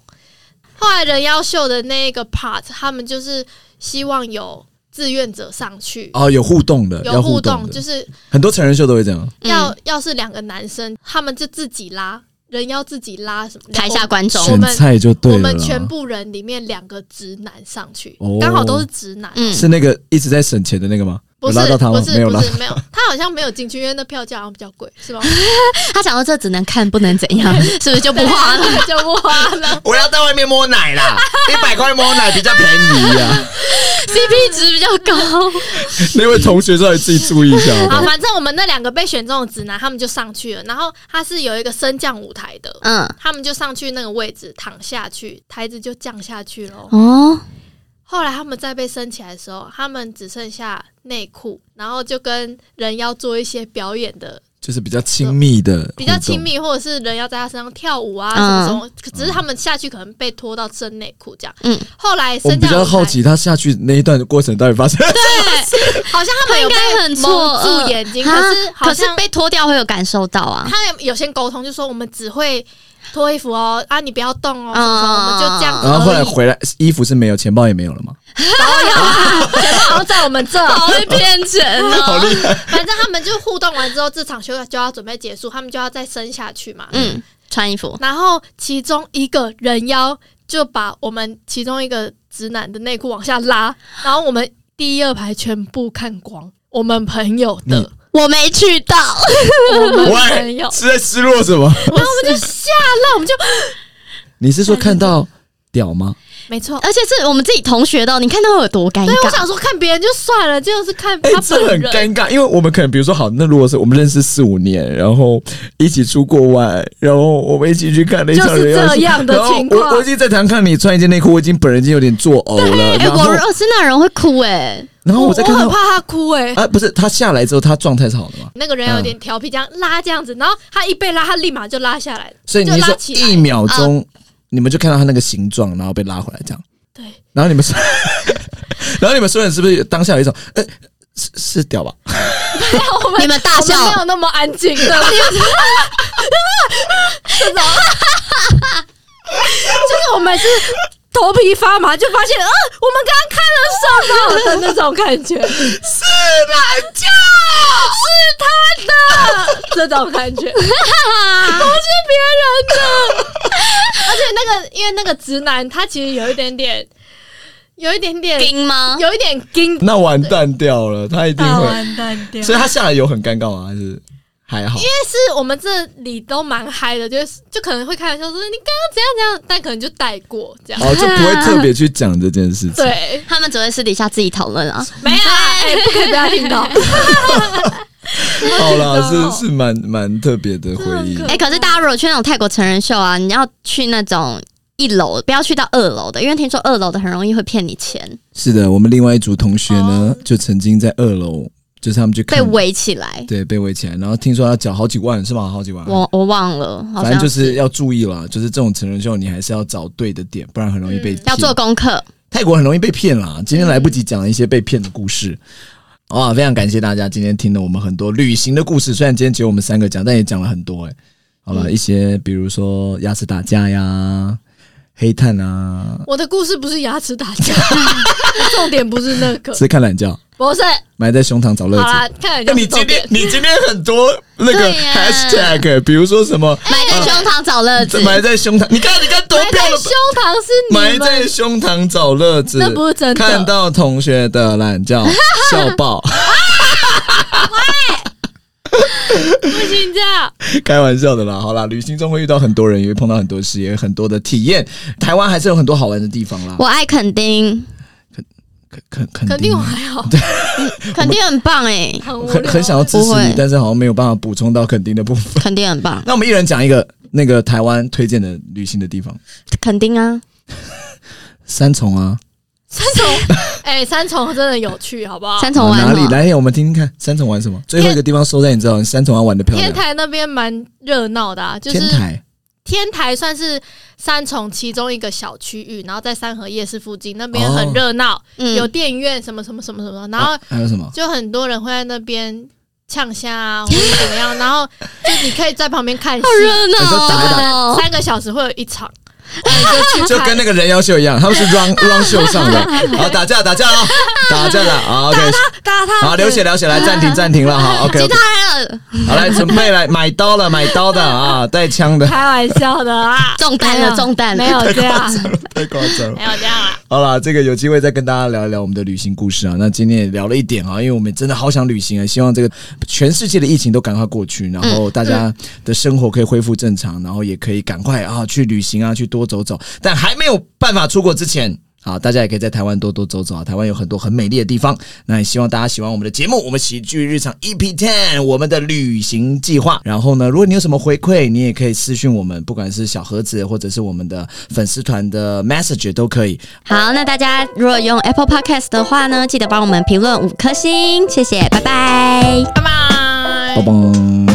[SPEAKER 2] 后来人妖秀的那个 part，他们就是希望有志愿者上去。
[SPEAKER 3] 哦，有互动的，
[SPEAKER 2] 有
[SPEAKER 3] 要
[SPEAKER 2] 互
[SPEAKER 3] 动
[SPEAKER 2] 动，
[SPEAKER 3] 的，
[SPEAKER 2] 就是
[SPEAKER 3] 很多成人秀都会这样。
[SPEAKER 2] 要、
[SPEAKER 1] 嗯
[SPEAKER 2] 要是两个男生，他们就自己拉人妖自己拉什么
[SPEAKER 1] 台下
[SPEAKER 2] 我
[SPEAKER 1] 观众
[SPEAKER 2] 我
[SPEAKER 3] 选
[SPEAKER 2] 们
[SPEAKER 3] 菜就对
[SPEAKER 2] 我
[SPEAKER 3] 了啦。
[SPEAKER 2] 们全部人里面两个直男上去
[SPEAKER 3] 哦，
[SPEAKER 2] 刚好都是直男，
[SPEAKER 1] 嗯
[SPEAKER 3] 是那个一直在省钱的那个吗？
[SPEAKER 2] 不是
[SPEAKER 3] 有拉到他吗
[SPEAKER 2] 不是
[SPEAKER 3] 没有
[SPEAKER 2] 不
[SPEAKER 3] 拉
[SPEAKER 2] 是没有，他好像没有进去，因为那票价好像比较贵，是 吧？
[SPEAKER 1] 他想到这只能看不能怎样， 是不是就 不花了？
[SPEAKER 2] 就不花了。
[SPEAKER 3] 我要在外面摸奶 啦，一百块摸奶比较便宜呀、啊。
[SPEAKER 1] ？CP 值比较 高，
[SPEAKER 3] 那位同学稍微自己注意一下好不
[SPEAKER 2] 好，
[SPEAKER 3] 好？
[SPEAKER 2] 反正我们那两个被选中的直男，他们就上去了。然后他是有一个升降舞台的，
[SPEAKER 1] 嗯，
[SPEAKER 2] 他们就上去那个位置躺下去，台子就降下去了。
[SPEAKER 1] 哦，
[SPEAKER 2] 后来他们再被升起来的时候，他们只剩下内裤，然后就跟人妖做一些表演的，
[SPEAKER 3] 就是比较亲密的，
[SPEAKER 2] 比较亲。密，或者是人妖在他身上跳舞啊
[SPEAKER 1] 嗯
[SPEAKER 2] 什么什么。只是他们下去可能被拖到身内裤这样。
[SPEAKER 1] 嗯
[SPEAKER 2] 后来
[SPEAKER 3] 我
[SPEAKER 2] 升
[SPEAKER 3] 们比
[SPEAKER 2] 降舞
[SPEAKER 3] 较
[SPEAKER 2] 台
[SPEAKER 3] 好奇他下去那一段的过程到底 发生。
[SPEAKER 2] 对，好像他们有
[SPEAKER 1] 应
[SPEAKER 2] 被
[SPEAKER 1] 该很错
[SPEAKER 2] 蒙
[SPEAKER 1] 愕
[SPEAKER 2] 住眼睛，
[SPEAKER 1] 啊
[SPEAKER 2] 可是好
[SPEAKER 1] 可是
[SPEAKER 2] 像
[SPEAKER 1] 被脱掉会有感受到 啊。
[SPEAKER 2] 他们有先沟通，就说我们只会脱衣服哦，啊，你不要动哦，
[SPEAKER 1] 嗯
[SPEAKER 2] 什么什么我们就这样子而已。
[SPEAKER 3] 然后后来回来，衣服是没有，钱包也没有 了嘛。
[SPEAKER 4] 然后在我们这，
[SPEAKER 1] 好会骗人 哦！
[SPEAKER 2] 反正他们就互动完之后，这场秀就要准备结束，他们就要再生下去嘛。
[SPEAKER 1] 嗯，穿衣服，
[SPEAKER 2] 然后其中一个人妖就把我们其中一个直男的内裤往下拉，然后我们第一二排全部看光，我们朋友的，
[SPEAKER 1] 我没去到，
[SPEAKER 3] 嗯
[SPEAKER 2] 我们朋
[SPEAKER 3] 喂
[SPEAKER 2] 友，，
[SPEAKER 3] 是在失落什么？
[SPEAKER 2] 然后我们就吓了，我们就
[SPEAKER 3] 你是说看 到屌吗？
[SPEAKER 2] 没错。
[SPEAKER 1] 而且是我们自己同学的哦，你看到会有多尴
[SPEAKER 2] 所以我
[SPEAKER 1] 尬？
[SPEAKER 2] 想说看别人就算了，就是看
[SPEAKER 3] 哎、
[SPEAKER 2] 他
[SPEAKER 3] 这
[SPEAKER 2] 本
[SPEAKER 3] 很
[SPEAKER 2] 人。
[SPEAKER 3] 尴尬，因为我们可能比如说，好，那如果是我们认识四五年，然后一起出过外，然后我们一起去看了一场
[SPEAKER 4] 就是
[SPEAKER 3] 人妖秀
[SPEAKER 4] 这样的
[SPEAKER 3] 然后
[SPEAKER 4] 情况
[SPEAKER 3] 我我已经在台上看你穿一件内裤，我已经本人已经有点作呕了。
[SPEAKER 1] 哎，
[SPEAKER 3] 然后
[SPEAKER 1] 我如，果是那人会哭哎，
[SPEAKER 3] 然后
[SPEAKER 4] 我
[SPEAKER 3] 我再看
[SPEAKER 4] 很
[SPEAKER 3] 到，
[SPEAKER 4] 怕他哭哎、
[SPEAKER 3] 啊，不是，他下来之后，他状态是好的嘛？
[SPEAKER 2] 那个人有点调皮，这样拉这样子，然后他一被拉，他立马就拉下来了，
[SPEAKER 3] 所以你是
[SPEAKER 2] 就
[SPEAKER 3] 说
[SPEAKER 2] 拉起来
[SPEAKER 3] 一秒钟，你们就看到他那个形状，然后被拉回来这样。
[SPEAKER 2] 对，
[SPEAKER 3] 然后你们说， 然后你们所有人是不是当下有一种，呃，是是屌吧？
[SPEAKER 2] 我
[SPEAKER 1] 你们大笑
[SPEAKER 2] 我们没有那么安静的，
[SPEAKER 4] 就是我们是头皮发麻，就发现
[SPEAKER 2] 呃
[SPEAKER 4] 啊，我们刚刚看了上到的那种感觉，
[SPEAKER 3] 是懒觉。
[SPEAKER 4] 这种感觉。
[SPEAKER 2] 而且那个因为那个直男他其实有一点点，有一点点，
[SPEAKER 1] 冰吗？
[SPEAKER 2] 有一点惊，啊
[SPEAKER 3] 那完蛋掉了，他一定
[SPEAKER 4] 大
[SPEAKER 3] 会。
[SPEAKER 4] 完蛋掉
[SPEAKER 3] 所以他下来有很尴尬吗？还是还好？
[SPEAKER 2] 但是我们这里都蛮嗨的，就是就可能会开玩笑说你刚刚怎样怎样，但可能就带过这样。
[SPEAKER 3] 哦，就不会特别去讲这件事情。
[SPEAKER 2] 对，
[SPEAKER 1] 他们只会私底下自己讨论啊。
[SPEAKER 2] 没有啊，哎
[SPEAKER 4] 不可以被他听到。
[SPEAKER 3] 好啦，是是蛮蛮特别的回忆。
[SPEAKER 1] 哎、可是大家如果去那种泰国成人秀啊，你要去那种一楼，不要去到二楼的，因为听说二楼的很容易会骗你钱，
[SPEAKER 3] 是的，我们另外一组同学呢，就曾经在二楼，就是他们去
[SPEAKER 1] 被
[SPEAKER 3] 看，
[SPEAKER 1] 围起来。
[SPEAKER 3] 对，被围起来，然后听说要缴好几万，是吧？好几万。
[SPEAKER 1] 我我忘了，好
[SPEAKER 3] 反正
[SPEAKER 1] 像
[SPEAKER 3] 就是要注意啦，就是这种成人秀，你还是要找对的点，不然很容易被
[SPEAKER 2] 嗯
[SPEAKER 3] 骗。
[SPEAKER 1] 要做嗯功课。
[SPEAKER 3] 泰国很容易被骗啦。今天来不及讲一些被骗的故事。哇，非常感谢大家今天听了我们很多旅行的故事，虽然今天只有我们三个讲，但也讲了很多哎、好
[SPEAKER 1] 嗯
[SPEAKER 3] 了，一些比如说牙齿打架呀、黑炭啊，
[SPEAKER 2] 我的故事不是牙齿打架，
[SPEAKER 4] 重点不是那个，
[SPEAKER 3] 吃看懒觉，
[SPEAKER 2] 不是。
[SPEAKER 3] 埋在胸膛找乐
[SPEAKER 2] 好
[SPEAKER 3] 子。
[SPEAKER 2] 啦，看
[SPEAKER 3] 哎
[SPEAKER 2] 人家重点。
[SPEAKER 3] 你今天很多那
[SPEAKER 1] 对耶
[SPEAKER 3] 比如说什么啊
[SPEAKER 1] 埋在胸膛找乐子，
[SPEAKER 3] 埋在胸膛，你看你看多
[SPEAKER 2] 埋在胸膛是你
[SPEAKER 3] 埋在
[SPEAKER 2] 们，
[SPEAKER 3] 胸膛找乐子，
[SPEAKER 4] 那不是真的
[SPEAKER 3] 看到同学的懒觉笑爆，
[SPEAKER 2] 不行这样。
[SPEAKER 3] 开玩笑的啦。好啦，旅行中会遇到很多人，也会碰到很多事，也有很多的体验。台湾还是有很多好玩的地方啦
[SPEAKER 1] 我。爱垦丁，
[SPEAKER 3] 肯肯肯
[SPEAKER 2] 肯定我还 好，
[SPEAKER 1] 垦丁很棒哎、
[SPEAKER 2] 很无
[SPEAKER 3] 嗯很
[SPEAKER 2] 聊。啊
[SPEAKER 3] 很想要支持
[SPEAKER 1] 不
[SPEAKER 3] 你
[SPEAKER 1] 会，
[SPEAKER 3] 但是好像没有办法补充到肯定的部分。
[SPEAKER 1] 垦丁很棒，
[SPEAKER 3] 那我们一人讲一个那个台湾推荐的旅行的地方，
[SPEAKER 1] 垦丁啊，
[SPEAKER 3] 三重啊，
[SPEAKER 2] 三重，哎、三重真的有趣，好不好？
[SPEAKER 1] 三重
[SPEAKER 3] 啊
[SPEAKER 1] 玩
[SPEAKER 3] 哪里？
[SPEAKER 1] 哦
[SPEAKER 3] 来，我们听听看，三重玩什么？最后一个地方收在你知道，三重要玩的漂亮
[SPEAKER 2] 天。台那边蛮热闹的、啊，就是
[SPEAKER 3] 天台
[SPEAKER 2] 天台算是三重其中一个小区域，然后在三河夜市附近那边
[SPEAKER 3] 哦
[SPEAKER 2] 很热闹，
[SPEAKER 1] 嗯，哦
[SPEAKER 2] 有电影院什么什么什么什么，然后
[SPEAKER 3] 啊还有什么？
[SPEAKER 2] 就很多人会在那边呛虾啊，或者怎么样，然后就你可以在旁边看戏
[SPEAKER 1] 好，热
[SPEAKER 3] 你说
[SPEAKER 1] 闹
[SPEAKER 3] 打
[SPEAKER 2] 可能
[SPEAKER 3] 哎
[SPEAKER 1] 哦，
[SPEAKER 2] 三个小时会有一场，
[SPEAKER 3] 就跟那个人妖秀一样，他们是 run run 秀上的。好，打架打架 啊，打架了。好，OK，
[SPEAKER 4] 打他！
[SPEAKER 3] 好，流血流血， 来暂停暂停了。好，OK，
[SPEAKER 1] 其他人
[SPEAKER 3] 好，来准备来买刀了，买刀的啊，带枪 的，
[SPEAKER 4] 开玩笑的啊，
[SPEAKER 1] 中弹
[SPEAKER 4] 没有
[SPEAKER 1] 了，中弹了，
[SPEAKER 4] 没有这样，
[SPEAKER 3] 太夸张了
[SPEAKER 2] 没。有这样啊啦。
[SPEAKER 3] 好啦，这个有机会再跟大家聊一聊我们的旅行故事啊。那今天也聊了一点啊，因为我们真的好想旅行啊，希望这个全世界的疫情都赶快过去，然后嗯大家的生活可以恢复正常，然后也可以赶快啊去旅行啊，去多走走。但还没有办法出国之前。好，大家也可以在台湾多多走走啊！台湾有很多很美丽的地方。那也希望大家喜欢我们的节目，我们喜剧日常 EP Ten 我们的旅行计划。然后呢，如果你有什么回馈，你也可以私讯我们，不管是小盒子或者是我们的粉丝团的 message 都可以。
[SPEAKER 1] 好，那大家如果用 Apple Podcast 的话呢，记得帮我们评论五颗星，谢谢，拜拜。
[SPEAKER 2] 拜拜
[SPEAKER 3] 拜。拜。